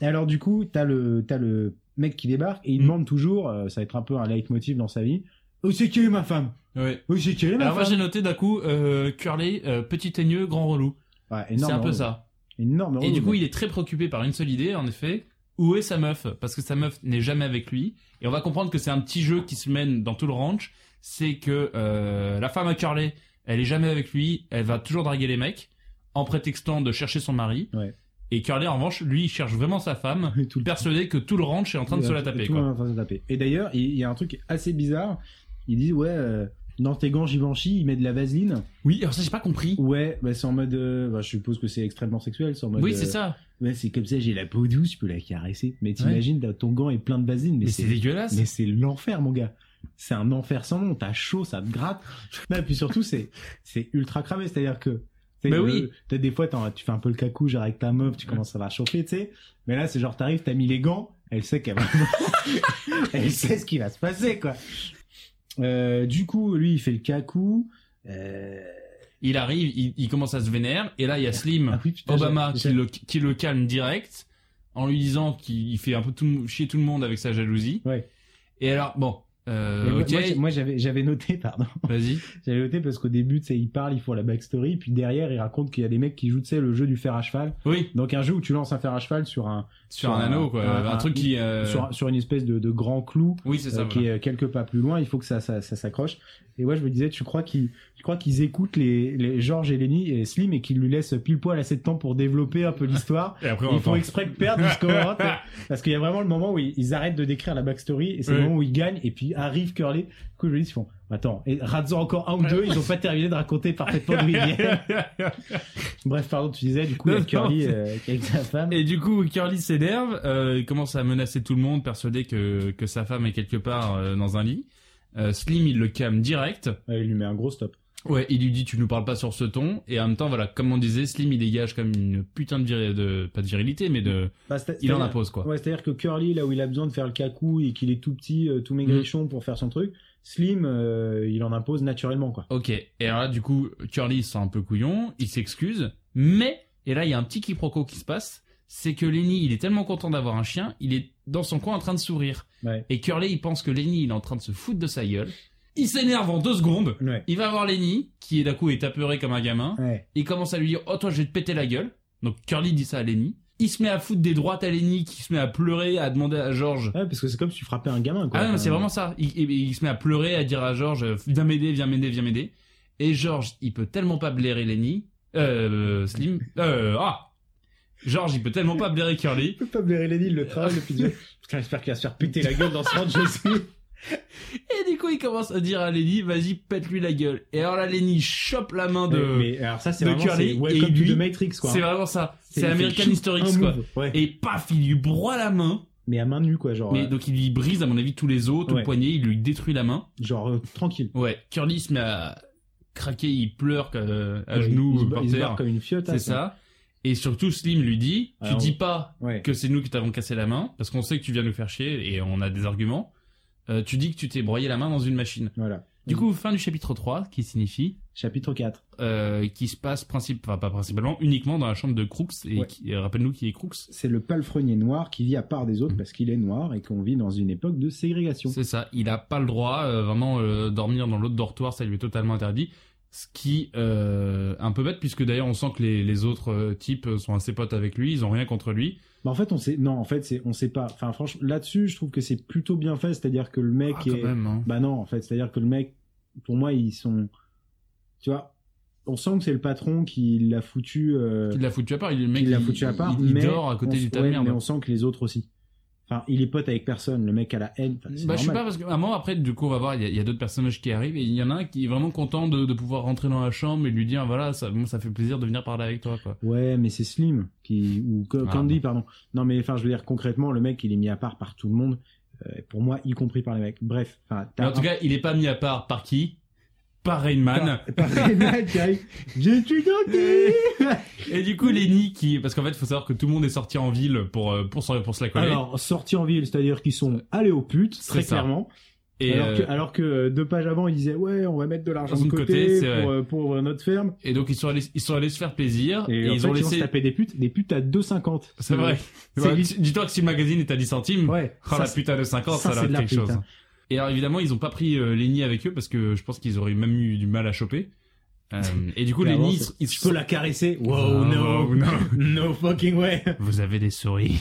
Et alors du coup, t'as le, t'as le mec qui débarque et il Mm. demande toujours, euh, ça va être un peu un leitmotiv dans sa vie, où c'est qu'elle est ma femme Ouais. Où c'est qu'elle est ma Alors moi j'ai femme noté d'un coup euh, curly, euh, petit teigneux, grand relou. Ouais, C'est énorme un peu relou. ça. Énorme Et relou, du coup mec. il est très préoccupé par une seule idée en effet. Où est sa meuf Parce que sa meuf n'est jamais avec lui. Et on va comprendre que c'est un petit jeu qui se mène dans tout le ranch. C'est que euh, la femme à Curly, elle est jamais avec lui. Elle va toujours draguer les mecs en prétextant de chercher son mari. Ouais. Et Curly en revanche, lui, il cherche vraiment sa femme, Tout le- persuadé que tout le ranch est en train de se la hein, Tout- taper. tout le Quoi. monde est en train de se taper. Et d'ailleurs, il il y a un truc assez bizarre. Il dit ouais, euh, dans tes gants Givenchy, il met de la vaseline. Oui, alors ça j'ai pas compris. Ouais, bah, c'est en mode, euh, bah, je suppose que c'est extrêmement sexuel, c'est en mode. Oui, c'est euh, ça. Ouais, c'est comme ça, j'ai la peau douce, je peux la caresser. Mais t'imagines, t'as- ton gant est plein de vaseline, mais, Mais Ah, c'est c'est dégueulasse. mais c'est l'enfer, mon gars. C'est un enfer sans nom. T'as chaud, ça te gratte. Non, et puis surtout, c'est c'est ultra cramé, c'est-à-dire que. t'sais, Bah le- oui. Peut-être des fois, t'en- tu fais un peu le cacouge avec ta meuf, tu commences à la chauffer, tu sais. Mais là, c'est genre, t'arrives, t'as mis les gants, elle sait qu'elle va. elle sait ce qui va se passer, quoi. Euh, du coup, lui, il fait le cacou. Euh... Il arrive, il, il commence à se vénère, et là il y a Slim, ah oui, putain, Obama j'ai- qui le, qui le calme direct en lui disant qu'il fait un peu tout, chier tout le monde avec sa jalousie. Ouais. Et alors bon, Mais euh, moi- ok, moi, j'ai- Moi, j'avais, j'avais noté, pardon. vas-y. J'avais noté parce qu'au début, tu sais, ils parlent, ils font la backstory, puis derrière, ils racontent qu'il y a des mecs qui jouent, tu sais, le jeu du fer à cheval. Oui, Donc, un jeu où tu lances un fer à cheval sur un, sur Sur un un- anneau quoi, un- un, un- truc qui. euh, sur, sur une espèce de, de grand clou. Oui c'est ça. euh, voilà. qui est quelques pas plus loin, il faut que ça, ça, ça s'accroche. Et ouais, je me disais, tu crois qu'ils, tu crois qu'ils écoutent les, les Georges et Lenny et Slim et qu'ils lui laissent pile poil assez de temps pour développer un peu l'histoire. Et après Et on Ils font entend. exprès de perdre jusqu'au moment, t'sais. parce qu'il y a vraiment le moment où ils, ils arrêtent de décrire la backstory et c'est Oui. le moment où ils gagnent et puis arrive Curly. Du coup, je me dis, ils font, attends, et en encore un ou deux, ils ont pas terminé de raconter parfaitement d'où ils viennent. Bref, pardon, tu disais, du coup, il y a Non, Curly euh, qui est avec sa femme. Et du coup, Curly s'énerve, euh, il commence à menacer tout le monde, persuadé que, que sa femme est quelque part euh, dans un lit. Euh, Slim, il le calme direct. Ouais, il lui met un gros stop. Ouais, il lui dit tu nous parles pas sur ce ton et en même temps voilà, comme on disait, Slim il dégage comme une putain de, viri- de pas de virilité mais de Bah, c'est- il en c'est-à-dire- impose quoi. Ouais, c'est-à-dire que Curly, là où il a besoin de faire le cacou et qu'il est tout petit, euh, tout Mm. maigrichon pour faire son truc, Slim, euh, il en impose naturellement, quoi. OK. Et alors là du coup, Curly il se sent un peu couillon, il s'excuse, mais et là il y a un petit quiproquo qui se passe, c'est que Lenny, il est tellement content d'avoir un chien, il est dans son coin en train de sourire. Ouais. Et Curly, il pense que Lenny, il est en train de se foutre de sa gueule. Il s'énerve en deux secondes. Ouais. Il va voir Lenny, qui d'un coup est apeuré comme un gamin. Ouais. il commence à lui dire oh toi je vais te péter la gueule donc Curly dit ça à Lenny il se met à foutre des droites à Lenny qui se met à pleurer à demander à George Ouais, parce que c'est comme si tu frappais un gamin, quoi. ah non mais c'est Euh, vraiment ça il, il- il se met à pleurer à dire à George euh, viens m'aider viens m'aider viens m'aider et George il peut tellement pas blairer Lenny euh Slim euh ah George il peut tellement pas blairer Curly Je peux pas blairer Lenny, il le travail depuis déjà. Putain, j'espère qu'il va se faire péter la gueule dans ce round, je suis. et du coup il commence à dire à Lenny vas-y pète lui la gueule et alors là Lenny chope la main de Mais, mais alors ça, c'est de vraiment Curly c'est et Welcome to lui, the Matrix, quoi. c'est vraiment ça il c'est fait American chou- Historics un quoi move, ouais. et paf il lui broie la main Mais à main nue, quoi, genre, Mais euh, donc il lui brise à mon avis tous les os, tout Ouais. le poignet, il lui détruit la main. genre euh, tranquille. Ouais, Curly se met à craquer, il pleure euh, à Ouais, genoux il se par barre- il se barre terre. comme une Ah, fiotte. hein, C'est ça. Et surtout Slim lui dit, tu Alors, dis pas Ouais. que c'est nous qui t'avons cassé la main parce qu'on sait que tu viens nous faire chier et on a des arguments. Euh, tu dis que tu t'es broyé la main dans une machine. Voilà. Du Oui. coup, fin du chapitre 3 qui signifie Chapitre 4. euh, qui se passe principe enfin, pas principalement uniquement dans la chambre de Crooks et Ouais. qui- et rappelle-nous qui est Crooks. C'est le palefrenier noir qui vit à part des autres parce qu'il est noir et qu'on vit dans une époque de ségrégation. C'est ça, il a pas le droit euh, vraiment euh, dormir dans l'autre dortoir, ça lui est totalement interdit. Ce qui euh, un peu bête puisque d'ailleurs on sent que les, les autres euh, types euh, sont assez potes avec lui, ils ont rien contre lui. Bah, en fait, on sait. Non, en fait, c'est on sait pas. Enfin, franchement, là-dessus, je trouve que c'est plutôt bien fait. C'est-à-dire que le mec Ah, est. quand même. hein. Bah non, en fait, c'est-à-dire que le mec, pour moi, ils sont. Tu vois, on sent que c'est le patron qui l'a foutu. euh, Il l'a foutu à part, il le mec qui l'a il- foutu à part. Il, il mais dort à côté on- du hein. tas de ouais, merde. Mais on sent que les autres aussi. Enfin, il est pote avec personne. Le mec a la haine. Enfin, c'est Bah, je sais normal. pas parce que à un moment après du coup on va voir il y a, il y a d'autres personnages qui arrivent et il y en a un qui est vraiment content de, de pouvoir rentrer dans la chambre et lui dire voilà ça moi ça fait plaisir de venir parler avec toi quoi. Ouais, mais c'est Slim qui ou Co- Ah, Candy, pardon. Non, mais enfin, je veux dire concrètement, le mec, il est mis à part par tout le monde. euh, pour moi, y compris par les mecs. Bref, enfin, Mais t'as en tout un- cas il est pas mis à part par qui par Rainman. Par Rayman qui arrive, Je suis gentil Et du coup, Lenny qui, parce qu'en fait, faut savoir que tout le monde est sorti en ville pour euh, pour se pour se la coller. Alors, sortis en ville, c'est-à-dire qu'ils sont allés aux putes, C'est très ça. clairement. et alors, euh, que, alors que euh, deux pages avant, ils disaient Ouais, on va mettre de l'argent De de côté, côté, c'est pour, vrai. euh, pour ouvrir notre ferme. et donc ils sont allés ils sont allés se faire plaisir et, Et, en ils fait, ont ils vont se laissé. taper des putes, des putes à 2,50. C'est vrai. C'est Ouais, li- tu- Dis-toi que si le magazine est à 10 centimes, Ouais. oh, la c'est- putain de 50, ça, ça, doit c'est être de la quelque pute, chose. hein. Et alors évidemment, ils ont pas pris euh, Lenny avec eux parce que je pense qu'ils auraient même eu du mal à choper. Euh, et du coup, Clairement, Lenny, c'est- il Ah, Je peux la caresser. Wow, no. non. No fucking way. Vous avez des souris.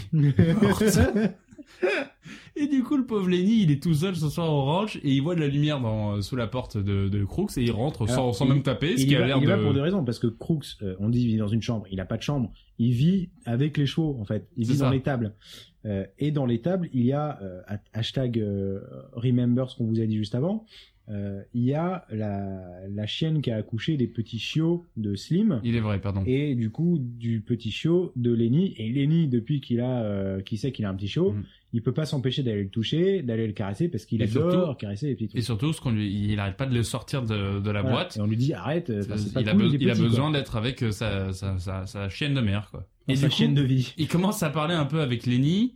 Et du coup, le pauvre Lenny, il est tout seul ce soir au ranch et il voit de la lumière dans, euh, sous la porte de, de Crooks et il rentre sans, Alors, sans il- même taper, ce il qui y a va, l'air il y va pour deux de... raisons, parce que Crooks, euh, on dit il vit dans une chambre, il n'a pas de chambre, il vit avec les chevaux en fait, il C'est vit dans ça. les tables. Euh, et dans les tables, il y a euh, ha- hashtag euh, remember ce qu'on vous a dit juste avant. Euh, il y a la, la chienne qui a accouché des petits chiots de Slim Il est vrai, pardon. et du coup du petit chiot de Lenny et Lenny depuis qu'il a euh, qu'il sait qu'il a un petit chiot, Mhm. il peut pas s'empêcher d'aller le toucher, d'aller le caresser parce qu'il Et adore surtout- caresser les petits trucs. Et surtout, ce qu'on lui, il n'arrête pas de le sortir de, de la Voilà. boîte. Et on lui dit arrête, euh, Ça, enfin, c'est pas il, a cool, be- il est il a petit, quoi. besoin d'être avec euh, sa, sa, sa, sa chienne de mer, quoi. Dans et sa du coup, chienne de vie. il commence à parler un peu avec Lenny.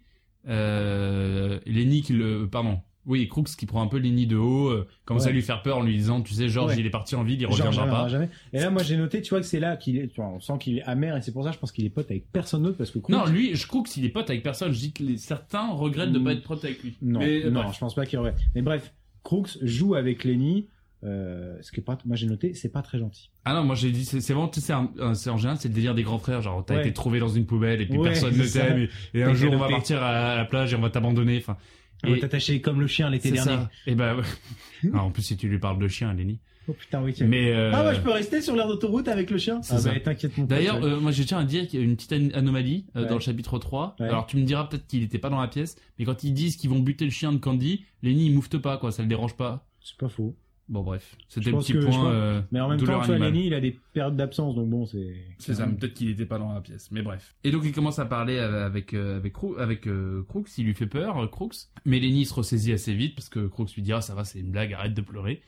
Euh, Lenny qui le... Pardon. Oui, Crooks qui prend un peu Lenny de haut, euh, commence Ouais. à lui faire peur en lui disant, tu sais, Georges, Ouais. il est parti en ville, il Genre, reviendra jamais, pas. jamais. Et là, moi, j'ai noté, tu vois, que c'est là qu'il est, tu vois, on sent qu'il est amer et c'est pour ça, je pense qu'il est pote avec personne d'autre parce que Crooks- Non, lui, je crois que s'il est pote avec personne, je dis que les- certains regrettent de Mm. pas être pote avec lui. non, Mais, euh, non, bref. je pense pas qu'il aurait. Mais bref, Crooks joue avec Lenny, euh, ce qui est pas, moi, j'ai noté, c'est pas très gentil. Ah non, moi j'ai dit, c'est c'est vraiment, tu sais, c'est un- un- c'est en général, c'est le délire des grands frères. Genre, t'as Ouais. été trouvé dans une poubelle et puis Ouais, personne ne c'est ça. t'aime. Et, et T'as un été jour, on va adopté. partir à la plage et on va t'abandonner. Enfin, On va et- t'attacher comme le chien l'été c'est dernier. ça. Et ben, ouais. Ah, en plus, si tu lui parles de chien, Lenny. Oh putain, oui, tiens. Mais euh, Ah, ouais, je peux rester sur l'aire d'autoroute avec le chien? C'est Ah, ça. bah, t'inquiète, mon pote. D'ailleurs, euh, moi je tiens à dire qu'il y a une petite an- anomalie euh, Ouais. dans le chapitre 3. Ouais. Alors tu me diras peut-être qu'il n'était pas dans la pièce, mais quand ils disent qu'ils vont buter le chien de Candy, Lenny il moufte pas quoi, ça le dérange pas. c'est pas faux. Bon bref, Je c'était le pense petit que- je point pense- euh, Mais en même douleur temps, tu vois, animale. Lenny, il a des périodes d'absence, donc bon, c'est. C'est ça, mais peut-être qu'il n'était pas dans la pièce, mais bref. Et donc il commence à parler avec euh, avec Croo- avec euh, Crooks, il lui fait peur, euh, Crooks. Mais Lenny se ressaisit assez vite parce que Crooks lui dit ah ça va c'est une blague, arrête de pleurer.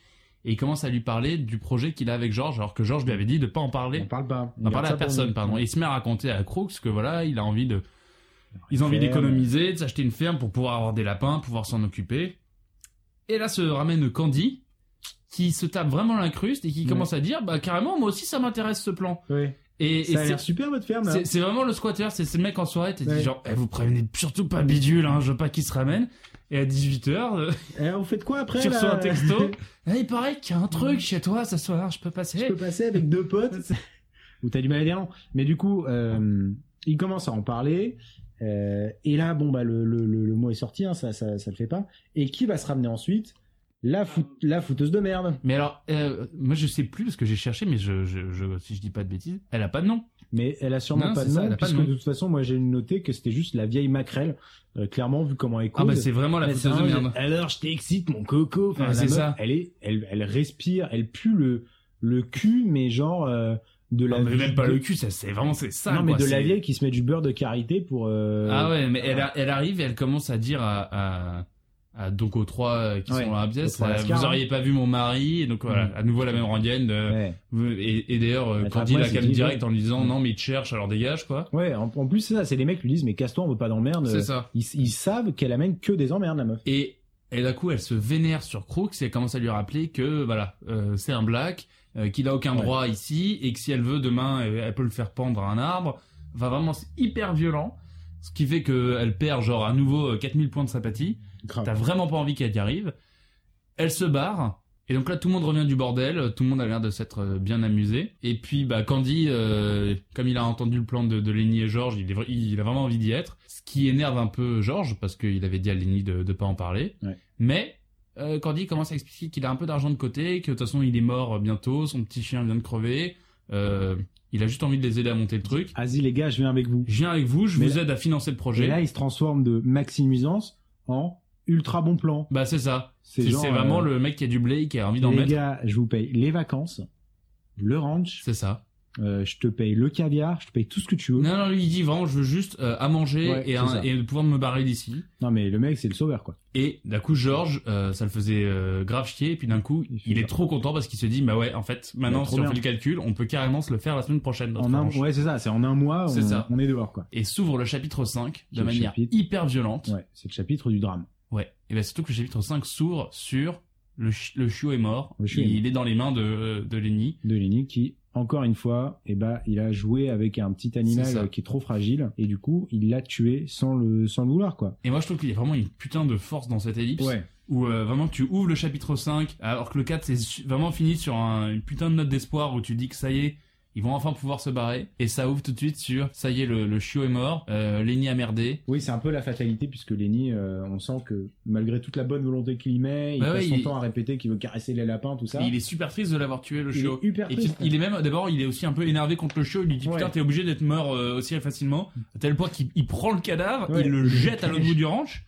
Et il commence à lui parler du projet qu'il a avec George, alors que George lui avait dit de pas en parler. On parle pas. On parle garde à ça pour personne, nous. pardon. Et il se met à raconter à Crooks que voilà, il a envie de. Ils ont envie ferme. d'économiser, de s'acheter une ferme pour pouvoir avoir des lapins, pouvoir s'en occuper. Et là se ramène Candy, qui se tape vraiment l'incruste et qui Ouais. commence à dire Bah carrément, moi aussi ça m'intéresse ce plan. Ouais. Et, et Ça a c'est. l'air super, votre ferme, là. c'est- c'est vraiment le squatter, c'est c'est le mec en soirée, t'as Ouais. dit genre, Eh, vous prévenez surtout pas Bidule, hein, je veux pas qu'il se ramène. Et à 18h, Eh, vous faites quoi après? tu reçois là euh, un texto, Eh, il paraît qu'il y a un truc chez toi ce soir, je peux passer. je peux passer avec deux potes ou t'as du mal à dire non mais du coup euh, il commence à en parler euh, et là bon bah le, le, le, le mot est sorti hein, ça, ça ça le fait pas et qui va se ramener ensuite la fout- la fouteuse de merde Mais alors, euh, moi je sais plus parce que j'ai cherché, mais je, je, je- si je dis pas de bêtises, elle a pas de nom. mais elle a sûrement Non, pas c'est de ça, nom elle a pas de puisque nom. de toute façon moi j'ai noté que c'était juste la vieille maquerelle euh, clairement vu comment elle Ah cause bah c'est vraiment la Mais fouteuse de c'est un- merde. alors je t'excite mon coco enfin Ouais, la c'est meuf, ça. elle est elle, elle respire elle pue le le cul mais genre euh, de la Non, Ah, mais vie- même pas de- le cul, ça c'est vraiment c'est ça. non mais quoi, de la c'est- vieille qui se met du beurre de karité pour euh, Ah ouais, mais elle, a- elle arrive et elle commence à dire à, à, à- donc aux trois euh, qui Ouais, sont dans la pièce, aux trois euh, lascars, vous hein. auriez pas vu mon mari, et donc voilà, Mhm. à nouveau la même rengaine. de- ouais. vous- Et, et d'ailleurs, euh, Attrape-moi, quand il la c'est calme dit, direct ouais. en lui disant Mhm. non mais il te cherche, alors dégage quoi. Ouais, en, en plus, c'est ça, c'est les mecs qui lui disent, mais casse-toi, on veut pas d'emmerde. C'est ça. Ils, ils savent qu'elle amène que des emmerdes, la meuf. Et, et d'un coup, elle se vénère sur Crooks et elle commence à lui rappeler que voilà, euh, c'est un black, euh, qu'il a aucun Ouais. droit ici et que si elle veut demain, euh, elle peut le faire pendre à un arbre. Enfin, vraiment, c'est hyper violent. Ce qui fait qu'elle perd genre à nouveau euh, 4000 points de sympathie. T'as Grave. vraiment pas envie qu'elle y arrive. Elle se barre. Et donc là, tout le monde revient du bordel. Tout le monde a l'air de s'être euh, bien amusé. Et puis, bah, Candy, euh, comme il a entendu le plan de, de Lenny et Georges, il, est vra- il a vraiment envie d'y être. Ce qui énerve un peu Georges, parce qu'il avait dit à Lenny de ne pas en parler. Ouais. Mais euh, Candy commence à expliquer qu'il a un peu d'argent de côté, que de toute façon, il est mort euh, bientôt, son petit chien vient de crever. Euh, il a juste envie de les aider à monter le truc. Vas-y, les gars, je viens avec vous. Je viens avec vous, je Mais vous aide à financer le Et projet. là, il se transforme de maxi nuisance en ultra bon plan. bah, c'est ça. C'est genre, c'est vraiment euh, le mec qui a du blé, qui a envie d'en Les mettre. gars, je vous paye les vacances, le ranch, C'est ça. euh, je te paye le caviar, je te paye tout ce que tu veux. Non, Non, non, lui il dit vraiment, je veux juste euh, à manger Ouais, et, c'est un- ça. et de pouvoir me barrer d'ici. mais le mec, c'est le sauveur, quoi. Et d'un coup, Georges, euh, ça le faisait euh, grave chier. Et puis d'un coup, Il fait il est ça. trop content parce qu'il se dit, bah ouais, en fait, Bah, maintenant, trop si on bien. fait le calcul, on peut carrément se le faire la semaine prochaine. notre En un, revanche. ouais, c'est ça, c'est en un mois, on C'est ça. on est dehors, quoi. Et s'ouvre le chapitre 5 de Le manière chapitre. hyper violente. Ouais. Ouais, c'est le chapitre du drame. Et bien surtout que le chapitre 5 s'ouvre sur le, chi- le chiot est mort. Le chiot est il est dans les mains de, euh, de Lenny. de Lenny qui, encore une fois, eh ben, il a joué avec un petit C'est animal ça. euh, qui est trop fragile et du coup, il l'a tué sans le, sans le vouloir, quoi. Et moi, je trouve qu'il y a vraiment une putain de force dans cette ellipse. Où euh, vraiment, tu ouvres le chapitre 5, alors que le 4, c'est su- vraiment fini sur un- une putain de note d'espoir où tu dis que ça y est. Ils vont enfin pouvoir se barrer. Et ça ouvre tout de suite sur, ça y est, le, le chiot est mort, euh, Lenny a merdé. Oui, c'est un peu la fatalité puisque Lenny, euh, on sent que malgré toute la bonne volonté qu'il y met, il Bah passe ouais, son il- temps à répéter qu'il veut caresser les lapins, tout ça. Et il est super triste de l'avoir tué, le Il chiot. est hyper Et triste. puis, il est même, d'abord, il est aussi un peu énervé contre le chiot. Il lui dit Ouais. putain, t'es obligé d'être mort euh, aussi facilement. À tel point qu'il il prend le cadavre, Ouais. il le Il le jette à l'autre cache. bout du ranch.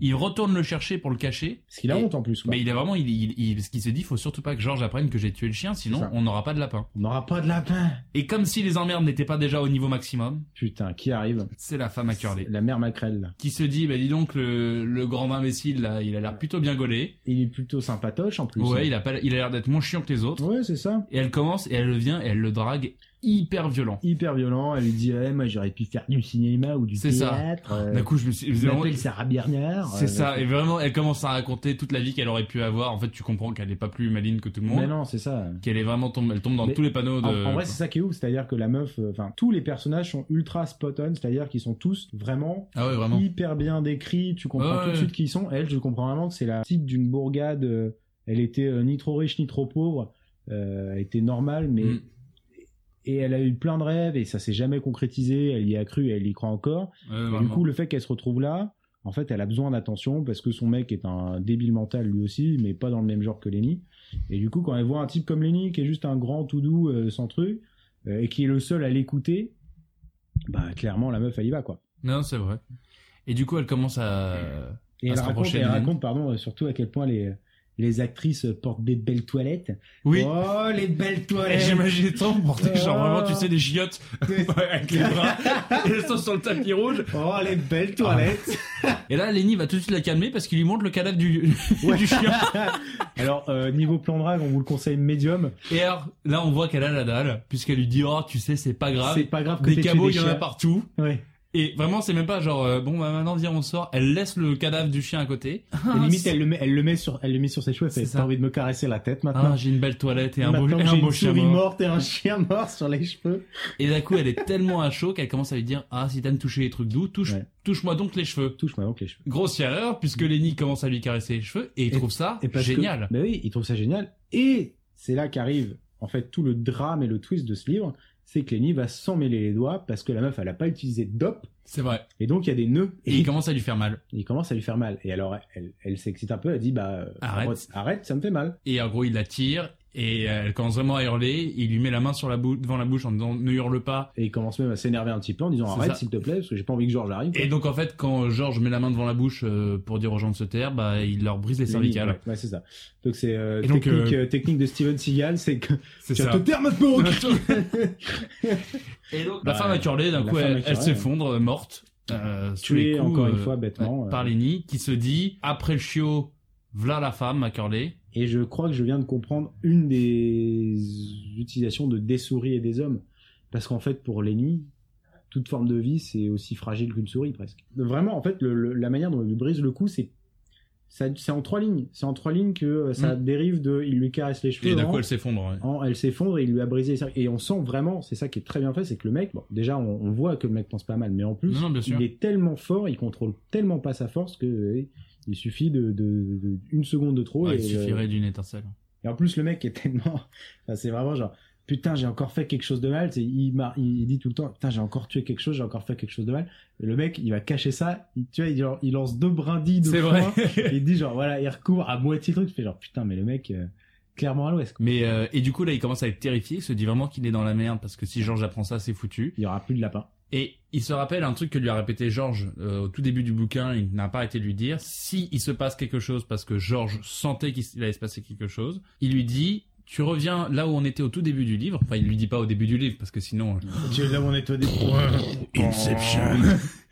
Il retourne le chercher pour le cacher. Parce qu'il a Et- honte en plus, quoi. Mais il a vraiment, il, il, il- ce qu'il s'est dit, faut surtout pas que Georges apprenne que j'ai tué le chien, sinon ça. on n'aura pas de lapin. On n'aura pas de lapin Et comme si les emmerdes n'étaient pas déjà au niveau maximum, Putain, qui arrive c'est la femme à curler. La mère Macrel, là. Qui se dit, bah dis donc, le, le grand imbécile là, il a l'air plutôt bien gaulé. Il est plutôt sympatoche en plus. Ouais, il a, pas, il a l'air d'être moins chiant que les autres. Ouais, c'est ça. Et elle commence, et elle le vient, et elle le drague hyper violent. Hyper violent, elle lui dit eh, Moi j'aurais pu faire du cinéma ou du C'est ça. théâtre. euh, D'un coup, je me suis. je m'appelle Sarah Bernard. C'est euh, ça, et vraiment, elle commence à raconter toute la vie qu'elle aurait pu avoir. En fait, tu comprends qu'elle n'est pas plus maligne que tout le Mais monde. non, c'est ça. Qu'elle est vraiment tombe, elle tombe dans Mais tous les panneaux de. En, en vrai, c'est ça qui est ouf, c'est-à-dire que la meuf, euh, enfin, tous les personnages sont ultra spot-on, c'est-à-dire qu'ils sont tous vraiment ah ouais, vraiment. hyper bien décrits, tu comprends Ouais, tout de ouais. suite qui ils sont. Elle, je comprends vraiment que c'est la petite d'une bourgade, euh, elle était euh, ni trop riche ni trop pauvre, euh, elle était normale, mais. Mm. Et elle a eu plein de rêves et ça s'est jamais concrétisé, elle y a cru et elle y croit encore. Ouais, Et du vraiment. coup, le fait qu'elle se retrouve là, en fait, elle a besoin d'attention parce que son mec est un débile mental lui aussi, mais pas dans le même genre que Lenny. Et du coup, quand elle voit un type comme Lenny qui est juste un grand tout doux euh, sans truc euh, et qui est le seul à l'écouter, bah clairement la meuf elle y va quoi. Non, c'est vrai. Et du coup, elle commence à. Et À elle se raconte, rapprocher elle de Lenny. raconte, pardon, euh, surtout à quel point les les actrices portent des belles toilettes. Oui. Oh les belles Et toilettes. J'imagine tant porter, genre Oh. vraiment, tu sais, des chiottes avec les bras, et elles sont sur le tapis rouge. Oh les belles toilettes. Ah, Et là, Lenny va tout de suite la calmer parce qu'il lui montre le cadavre du, Ouais. du chien. Alors euh, niveau plan drague, on vous le conseille médium. Et alors, là, on voit qu'elle a la dalle, puisqu'elle lui dit, oh, tu sais, c'est pas grave. C'est pas grave que Des t'aies tué cabots, il y en a chiens. partout. Ouais. Et vraiment, c'est même pas genre, euh, bon, bah, maintenant, viens, on sort. Elle laisse le cadavre du chien à côté. Ah, Et limite, elle le met, elle le met sur, elle le met sur ses cheveux. C'est Elle fait ça. t'as envie de me caresser la tête Ah, maintenant. j'ai une belle toilette et un beau, maintenant et que un j'ai beau une chien souris mort. morte et un chien mort sur les cheveux. Et d'un coup, elle est tellement à chaud qu'elle commence à lui dire, ah, si t'aimes toucher les trucs doux, touche, Ouais. touche-moi donc les cheveux. Touche-moi donc les cheveux. Grosse erreur, puisque Lenny commence à lui caresser les cheveux et il Et- trouve ça Et parce que- génial. bah oui, il trouve ça génial. Et c'est là qu'arrive, en fait, tout le drame et le twist de ce livre. C'est que Lenny va s'en mêler les doigts parce que la meuf, elle a pas utilisé de dope. C'est vrai. Et donc, il y a des nœuds. Et il commence à lui faire mal. il commence à lui faire mal. Et alors, elle, elle s'excite un peu. Elle dit, bah, euh, Arrête. arrête, ça me fait mal. Et en gros, il la tire et euh, elle commence vraiment à hurler. Il lui met la main sur la bou- devant la bouche en disant ne hurle pas. Et il commence même à s'énerver un petit peu en disant, C'est ça. arrête, s'il te plaît, parce que j'ai pas envie que Georges arrive. Et donc, en fait, quand Georges met la main devant la bouche euh, pour dire aux gens de se taire, bah, il leur brise les cervicales. Ouais, c'est ça. Donc c'est euh, Et donc, technique, euh, technique de Steven Seagal, c'est que C'est tu vas ça. te taire maintenant. et donc, la Bah, femme a hurlé. D'un la coup, femme a elle, hurlé, elle ouais. s'effondre, euh, morte. Euh, sous Tuée les coups, encore une euh, fois bêtement. ouais, euh. par Lenny, qui se dit après le chiot, v'là la femme à hurler. Et je crois que je viens de comprendre une des utilisations de des souris et des hommes, parce qu'en fait pour Lenny, toute forme de vie c'est aussi fragile qu'une souris presque. Vraiment, en fait, le- le- la manière dont il lui brise le cou, c'est ça- c'est en trois lignes. C'est en trois lignes que euh, ça dérive de. Il lui caresse les cheveux. Mm. Et d'un en- coup, elle s'effondre. ouais. En- elle s'effondre et il lui a brisé les cervicales. Et on sent vraiment, c'est ça qui est très bien fait, c'est que le mec, bon, déjà on, on voit que le mec pense pas mal, mais en plus, Non, non, bien sûr. il est tellement fort, il contrôle tellement pas sa force que euh, il suffit de, de- de- une seconde de trop. Ouais, et, il euh, suffirait d'une étincelle. et en plus, le mec est tellement, enfin, c'est vraiment genre, putain, j'ai encore fait quelque chose de mal. C'est- Il, m'a- il il dit tout le temps, putain, j'ai encore tué quelque chose, j'ai encore fait quelque chose de mal. Et le mec, il va cacher ça. Il, tu vois, il, genre, il lance deux brindilles de C'est foin. vrai. Et il dit genre, voilà, il recouvre à moitié le truc. Tu fais genre, putain, mais le mec, euh, clairement à l'ouest. quoi. Mais euh, et du coup là il commence à être terrifié, il se dit vraiment qu'il est dans la merde parce que si Georges apprend ça c'est foutu. Il y aura plus de lapin. Et il se rappelle un truc que lui a répété Georges euh, au tout début du bouquin, il n'a pas arrêté de lui dire si il se passe quelque chose parce que Georges sentait qu'il s- il allait se passer quelque chose, il lui dit tu reviens là où on était au tout début du livre. Enfin, il lui dit pas au début du livre parce que sinon. euh, Tu es là où on est au début.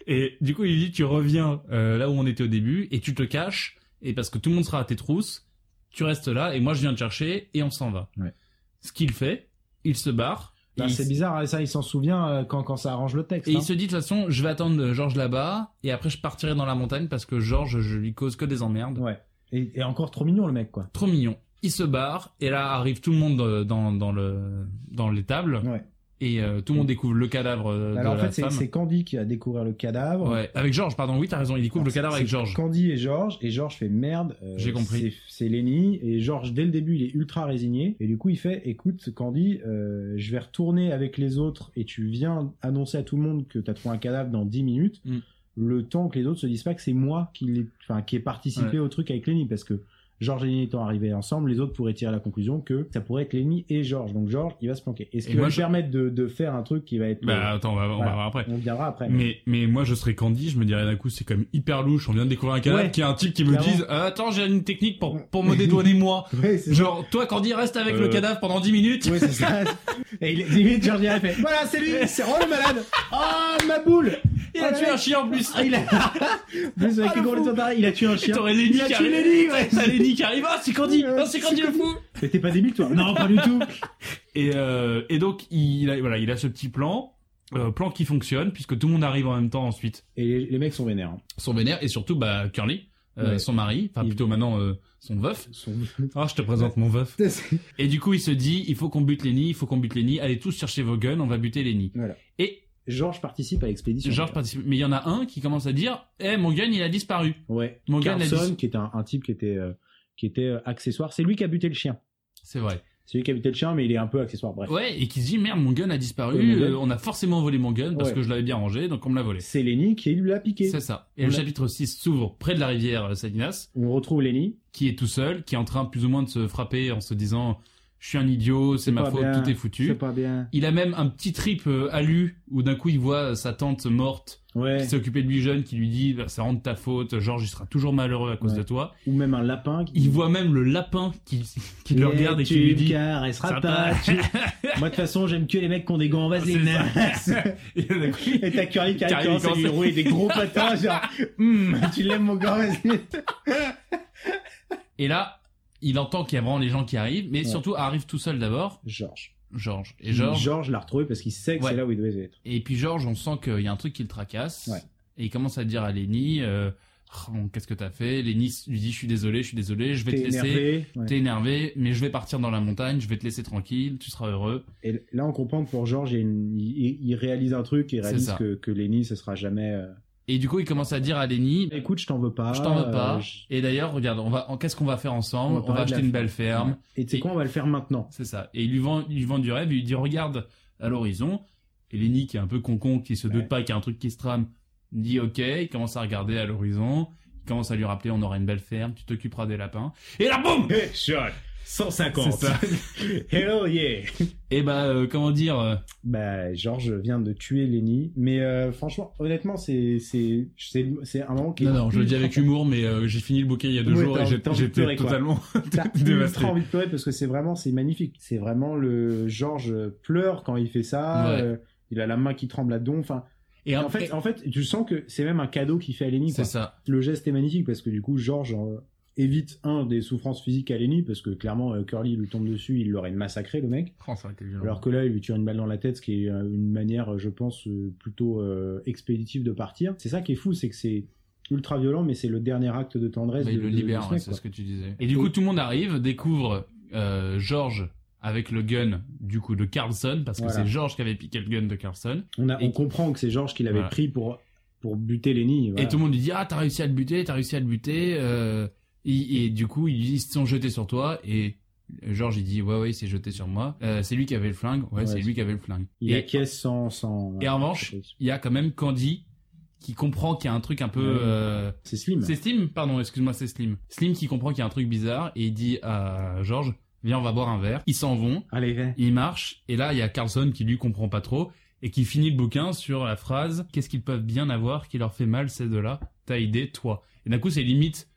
Et du coup, il lui dit tu reviens euh, là où on était au début et tu te caches et parce que tout le monde sera à tes trousses, tu restes là et moi je viens te chercher et on s'en va. Ouais. Ce qu'il fait, il se barre. et Bah, il c'est bizarre, hein, ça, il s'en souvient euh, quand, quand ça arrange le texte. Et hein. il se dit de toute façon, je vais attendre euh, Georges là-bas et après je partirai dans la montagne parce que Georges, je lui cause que des emmerdes. Ouais. Et, et encore trop mignon, le mec, quoi. Trop mignon. Il se barre et là arrive tout le monde euh, dans dans le dans l'étable Ouais. et euh, tout le monde découvre le cadavre euh, Alors, en de fait, la c'est- femme. c'est Candy qui va découvrir le cadavre. Ouais, avec Georges, pardon. Oui, t'as raison. Il découvre Alors, le c'est- cadavre avec c'est Georges. Candy et Georges, et Georges fait merde. euh, J'ai compris. c'est- C'est Lenny, et Georges, dès le début, il est ultra résigné, et du coup, il fait, écoute, Candy, euh, je vais retourner avec les autres, et tu viens annoncer à tout le monde que t'as trouvé un cadavre dans 10 minutes, Mm. le temps que les autres se disent pas que c'est moi qui, l'ai- enfin, qui ai participé Ouais. au truc avec Lenny, parce que Georges et Lenny étant arrivés ensemble, les autres pourraient tirer la conclusion que ça pourrait être Lenny et Georges, donc Georges, il va se planquer. Et ce qui Et va moi, lui je- permettre de, de faire un truc qui va être... Bah attends, on va, on Voilà. va voir après. on viendra après. Mais mais moi je serais Candy, je me dirais d'un coup c'est comme hyper louche. On vient de découvrir un cadavre Ouais. qui a un type qui me Clairement. dise Ah, attends j'ai une technique pour pour me dédouaner moi. Ouais, c'est Genre toi Candy reste avec Euh. le cadavre pendant 10 minutes. Oui, c'est ça. Et il, limite, Georges Gérard fait Voilà, c'est lui, c'est Ron le malade. Oh, ma boule Il a Ouais. tué un chien en plus. Ah, il a... Plus avec Ah, les le gros fou. tartares, il a tué un chien. T'aurais Lenny Il a qui tué arrive. Lenny, ouais. Ça Lenny qui arrive. Ah c'est Candy. Ah c'est Candy le fou. Mais t'es pas débile, toi Non, pas du tout. Et euh, et donc il a voilà il a ce petit plan euh, plan qui fonctionne puisque tout le monde arrive en même temps ensuite. Et les, les mecs sont vénères. hein. Son vénère et surtout bah Curly. euh, Ouais. son mari, enfin Il- plutôt maintenant euh, son veuf. Ils sont- Ah, je te présente mon veuf. C'est- Et du coup, il se dit, il faut qu'on bute Lenny, il faut qu'on bute Lenny, allez tous chercher vos guns, on va buter Lenny. Voilà. Et Georges participe à l'expédition. Georges participe. Mais il y en a un qui commence à dire, eh, mon gun, il a disparu. Ouais. Mon gun, il a Carlson, disparu. qui est un, un type qui était, euh, qui était euh, accessoire. C'est lui qui a buté le chien. C'est vrai. C'est lui qui a buté le chien, mais il est un peu accessoire. Bref. Ouais, et qui se dit, merde, mon gun a disparu, Ouais, mon gun. euh, on a forcément volé mon gun parce Ouais. que je l'avais bien rangé, donc on me l'a volé. C'est Lenny qui lui l'a piqué. C'est ça. Et On le l'a- chapitre 6 s'ouvre près de la rivière euh, Salinas, On retrouve Lenny. qui est tout seul, qui est en train plus ou moins de se frapper en se disant, je suis un idiot, c'est ma pas faute, bien, tout est C'est foutu. pas bien. Il a même un petit trip euh, alu où d'un coup il voit euh, sa tante morte Ouais. qui s'est occupé de lui jeune, qui lui dit bah, ça rend de ta faute, Georges il sera toujours malheureux à cause Ouais. de toi. Ou même un lapin. Qui... Il voit même le lapin qui, qui le regarde et qui lui dit Ça elle va. sera pas. tu- Moi, de toute façon, j'aime que les mecs qui ont des gants en vaseline. hein. Et d'un coup, Et t'as Curly qui Curly arrive commence à commence lui à- rouler des gros patins, genre, Hum, tu l'aimes mon gant en vaseline. Et là, il entend qu'il y a vraiment les gens qui arrivent, mais Ouais. surtout arrive tout seul d'abord, Georges. Georges. Et Georges. Georges l'a retrouvé parce qu'il sait que c'est Ouais. là où il devait être. Et puis Georges, on sent qu'il y a un truc qui le tracasse. Ouais. Et il commence à dire à Lenny, euh, Oh, bon, qu'est-ce que t'as fait Lenny lui dit, je suis désolé, je suis désolé, je vais T'es te laisser. énervé. ouais. T'es énervé, mais je vais partir dans la montagne, je vais te laisser tranquille, tu seras heureux. Et là, on comprend que pour Georges, il, y a une- il- il réalise un truc et C'est réalise ça. que, que Lenny, ce sera jamais, euh, Et du coup, il commence à dire à Lenny, écoute, je t'en veux pas. Je t'en veux pas. euh, je- Et d'ailleurs, regarde, on va, en- qu'est-ce qu'on va faire ensemble On va On va, parler de acheter la une ferme. belle ferme. Et tu sais Et- quoi, on va le faire maintenant. C'est ça. Et il lui vend, il lui vend du rêve. Il lui dit regarde à l'horizon. Et Lenny, qui est un peu concon, qui se doute Ouais. pas qu'il y a un truc qui se trame, dit ok. Il commence à regarder à l'horizon. Il commence à lui rappeler on aura une belle ferme. Tu t'occuperas des lapins. Et là, boum Headshot. 150. C'est ça. Hello, yeah. Et bah, euh, comment dire euh, Bah, Georges vient de tuer Lenny. Mais euh, franchement, honnêtement, c'est c'est c'est c'est un moment qui. est Non, non, je le dis avec ultra- humour, mais euh, j'ai fini le bouquet il y a deux Ouais, jours t'as- et j'ai- t'as envie de pleurer, j'étais quoi. Bah, totalement. T'as dévasté. ultra envie de pleurer parce que c'est vraiment c'est magnifique. C'est vraiment le Georges pleure quand il fait ça. Ouais. euh, il a la main qui tremble à don. Enfin, Et et en après- fait, en fait, tu sens que c'est même un cadeau qu'il fait à Lenny. c'est quoi. ça. Le geste est magnifique parce que du coup, Georges euh, évite un des souffrances physiques à Lenny parce que clairement, euh, Curly lui tombe dessus, il l'aurait massacré le mec. Oh, ça aurait été violent. Alors que là, il lui tire une balle dans la tête, ce qui est euh, une manière, je pense, euh, plutôt euh, expéditive de partir. C'est ça qui est fou, c'est que c'est ultra violent, mais c'est le dernier acte de tendresse. Bah, de, il le de- de libère, ce ouais, mec, c'est quoi. ce que tu disais. Et du coup, tout le monde arrive, découvre euh, George avec le gun du coup de Carlson, parce que Voilà. c'est George qui avait piqué le gun de Carlson. On, a- on Et- comprend que c'est Georges qui l'avait Voilà. pris pour, pour buter Lenny. voilà. Et tout le monde lui dit ah t'as réussi à le buter, t'as réussi à le buter. euh, et, et du coup ils ils se sont jetés sur toi et George il dit ouais ouais il s'est jeté sur moi. Euh, c'est lui qui avait le flingue, ouais, Ouais, c'est c'est- lui qui avait le flingue. Il et acquiesce sans. sans et en revanche, il y a quand même Candy qui comprend qu'il y a un truc un peu Ouais. euh, c'est Slim. C'est Slim, pardon, excuse-moi, c'est Slim. Slim qui comprend qu'il y a un truc bizarre et il dit à Georges, viens, on va boire un verre. Ils s'en vont, Allez, viens. ils marchent, et là, il y a Carlson qui lui comprend pas trop et qui finit le bouquin sur la phrase, qu'est-ce qu'ils peuvent bien avoir qui leur fait mal, ces deux-là T'as idée, toi. Et d'un coup, c'est limite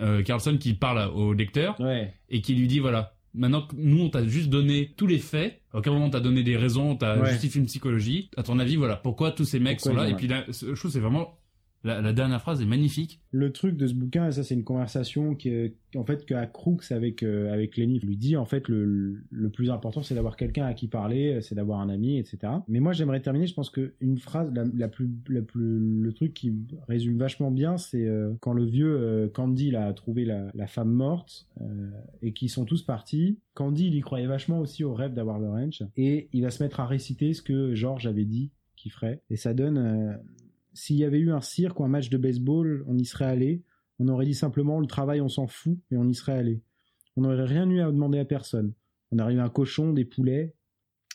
euh, Carlson qui parle au lecteur Ouais. et qui lui dit, voilà, Maintenant que nous, on t'a juste donné tous les faits, à aucun moment on t'a donné des raisons, on t'a Ouais. justifié une psychologie. À ton avis, voilà, pourquoi tous ces mecs Pourquoi sont là ils Et sont puis là, ce- je trouve que c'est vraiment... La, la dernière phrase est magnifique. le truc de ce bouquin, et ça c'est une conversation qui, est- en fait, que Crooks avec euh, avec Lenny lui dit, en fait, le, le plus important c'est d'avoir quelqu'un à qui parler, euh, c'est d'avoir un ami, etc. Mais moi j'aimerais terminer, je pense que une phrase, la, la plus, la plus, le truc qui résume vachement bien, c'est euh, quand le vieux euh, Candy là, a trouvé la, la femme morte euh, et qu'ils sont tous partis. Candy il y croyait vachement aussi au rêve d'avoir le ranch et il va se mettre à réciter ce que George avait dit qu'il ferait et ça donne. euh, s'il y avait eu un cirque ou un match de baseball, on y serait allé. On aurait dit simplement le travail, on s'en fout, mais on y serait allé. On n'aurait rien eu à demander à personne. On aurait eu un cochon, des poulets,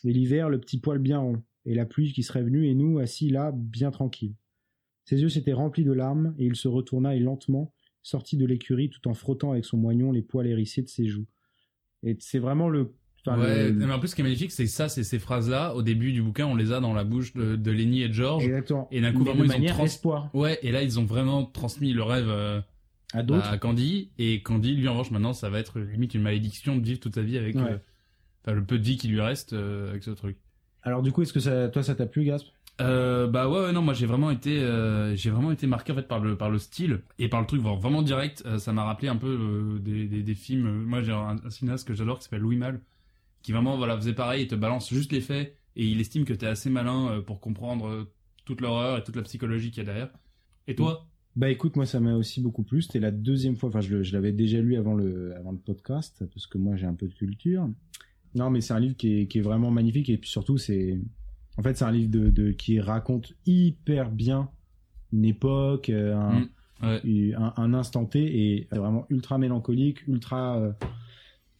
et l'hiver, le petit poil bien rond, et la pluie qui serait venue, et nous, assis là, bien tranquilles. Ses yeux s'étaient remplis de larmes, et il se retourna et lentement sortit de l'écurie tout en frottant avec son moignon les poils hérissés de ses joues. Et c'est vraiment le. enfin, ouais, le- mais en plus, ce qui est magnifique, c'est ça, c'est ces phrases-là. Au début du bouquin, on les a dans la bouche de, de Lenny et de George. Exactement. Et d'un coup, Mais vraiment, de ils ont manière trans- espoir Ouais, et là, ils ont vraiment transmis le rêve euh, à bah, d'autres. à Candy. Et Candy, lui, en revanche, maintenant, ça va être limite une malédiction de vivre toute sa vie avec Ouais. euh, enfin, le peu de vie qui lui reste euh, avec ce truc. Alors, du coup, est-ce que ça, toi, ça t'a plu, Gasp Euh, bah ouais, ouais, non moi j'ai vraiment été euh, j'ai vraiment été marqué en fait par le par le style et par le truc vraiment, vraiment direct Euh, ça m'a rappelé un peu euh, des, des des films euh, moi j'ai un, un cinéaste que j'adore qui s'appelle Louis Malle qui vraiment voilà faisait pareil et te balance juste les faits et il estime que t'es assez malin euh, pour comprendre euh, toute l'horreur et toute la psychologie qu'il y a derrière et toi Bah écoute, moi ça m'a aussi beaucoup plu. C'était la deuxième fois, enfin je, le- je l'avais déjà lu avant le, avant le podcast, parce que moi j'ai un peu de culture. Non, mais c'est un livre qui est, qui est vraiment magnifique, et puis surtout, c'est. En fait, c'est un livre de, de- qui raconte hyper bien une époque, euh, un, Mm, ouais. un, un instant T, et c'est vraiment ultra mélancolique, ultra. euh,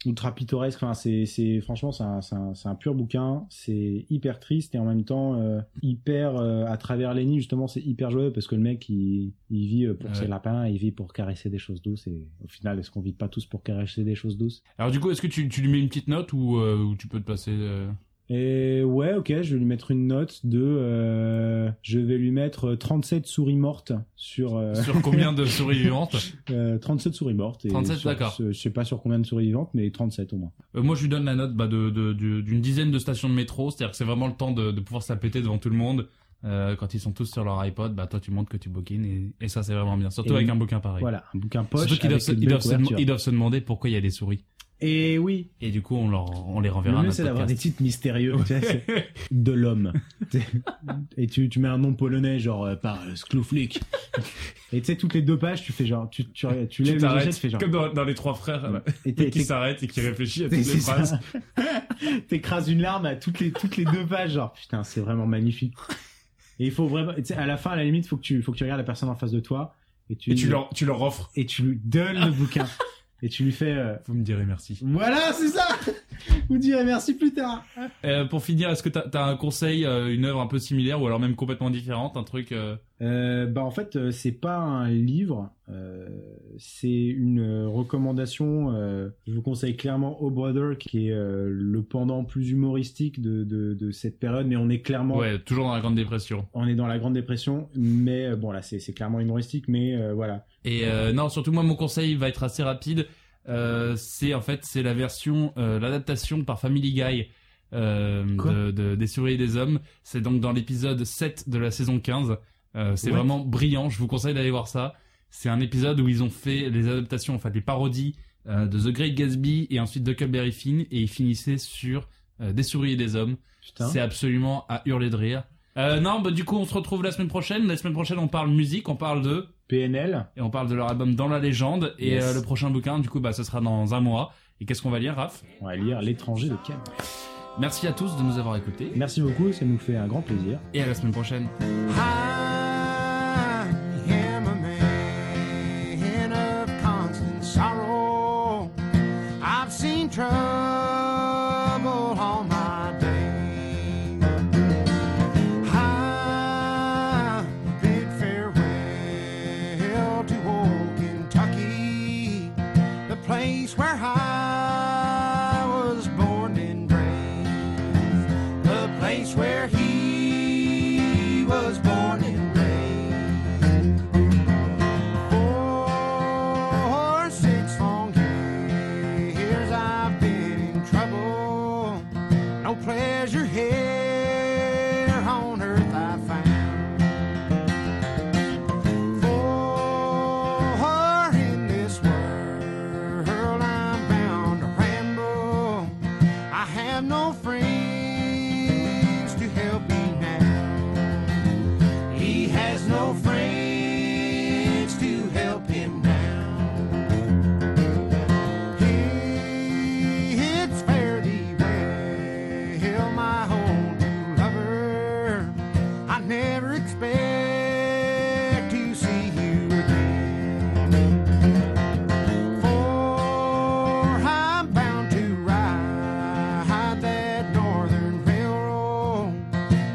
ultra pittoresque, enfin, c'est, c'est- franchement c'est un, c'est un- c'est un pur bouquin, c'est hyper triste et en même temps euh, hyper euh, à travers Lenny justement c'est hyper joyeux parce que le mec il, il vit euh, pour Ouais. ses lapins, il vit pour caresser des choses douces et au final est-ce qu'on vit pas tous pour caresser des choses douces alors du coup est-ce que tu, tu lui mets une petite note ou, euh, ou tu peux te passer euh, Et ouais ok je vais lui mettre une note de, euh, je vais lui mettre 37 souris mortes sur euh, sur combien de souris vivantes euh, 37 souris mortes et 37, sur- d'accord. je sais pas sur combien de souris vivantes mais 37 au moins. Euh, moi, je lui donne la note bah, de, de- du- d'une dizaine de stations de métro. C'est-à-dire que c'est vraiment le temps de, de pouvoir s'appéter devant tout le monde. Euh, quand ils sont tous sur leur iPod, bah toi tu montres que tu bouquines et, et ça c'est vraiment bien. Surtout Et avec oui. un bouquin pareil. Voilà un bouquin Surtout poche qu'ils doivent, avec se- une ils belle doivent se, dem- couverture. ils doivent se demander pourquoi il y a des souris. Et oui Et du coup on leur on les renverra. Le à mieux, notre c'est d'avoir des podcast. titres mystérieux. tu sais, c'est de l'homme. et tu, tu mets un nom polonais, genre euh, par euh, Sklouflik. et tu sais, toutes les deux pages, tu fais genre, tu, tu, tu Tu lèves les t'arrêtes gâchettes, tu fais genre. comme dans, dans les trois frères là, Et t'es- qui t'es- s'arrêtent et qui réfléchissent à toutes t'es- les c'est phrases. ça. T'écrases une larme à toutes les, toutes les deux pages, genre putain, c'est vraiment magnifique. Et il faut vraiment, tu sais, à la fin, à la limite, faut que tu, faut que tu regardes la personne en face de toi et tu, Et tu leur tu leur offres. et tu lui donnes le bouquin et tu lui fais, euh, Vous me direz merci. voilà, c'est ça. Vous direz merci plus tard. Euh, pour finir, est-ce que t'as, t'as un conseil, euh, une œuvre un peu similaire ou alors même complètement différente, un truc euh, Euh, bah en fait euh, c'est pas un livre, euh, c'est une euh, recommandation. euh, je vous conseille clairement Oh Brother qui est euh, le pendant plus humoristique de, de, de cette période, mais on est clairement Ouais, toujours dans la Grande Dépression. on est dans la Grande Dépression, mais euh, bon là c'est c'est clairement humoristique, mais euh, voilà. Et euh, non, surtout moi, mon conseil va être assez rapide. Euh, c'est en fait c'est la version, euh, l'adaptation par Family Guy euh, Quoi de, de- des souris et des hommes. C'est donc dans l'épisode 7 de la saison 15. Euh, c'est What vraiment brillant. Je vous conseille d'aller voir ça. C'est un épisode où ils ont fait les adaptations, enfin les parodies euh, de The Great Gatsby et ensuite Huckleberry Finn, et ils finissaient sur euh, des souris et des hommes. Putain. C'est absolument à hurler de rire. Euh, non, bah du coup on se retrouve la semaine prochaine. La semaine prochaine on parle musique, on parle de PNL. et on parle de leur album Dans la légende et Yes. euh, le prochain bouquin du coup bah ce sera dans un mois et qu'est-ce qu'on va lire Raph On va lire L'étranger de Cam. Merci à tous de nous avoir écoutés Merci beaucoup, ça nous fait un grand plaisir. et à la semaine prochaine. I am a man of constant sorrow. I've seen trouble all my day. I bid farewell to old Kentucky, the place where I was born and raised, the place where he was born and raised. For six long years I've been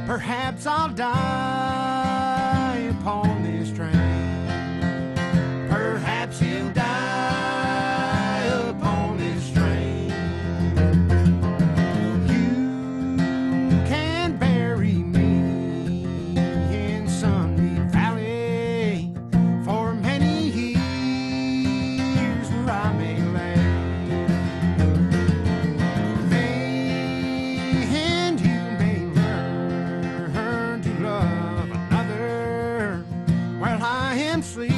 Perhaps I'll die upon this train. Perhaps he'll die upon this train. You can bury me in Sunny Valley for many years where I may lay. And you may learn to love another while I am sleeping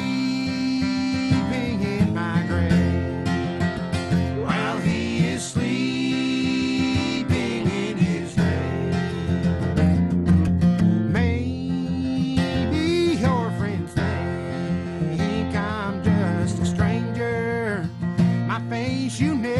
in my grave. While he is sleeping in his grave. Maybe your friends think I'm just a stranger. My face you never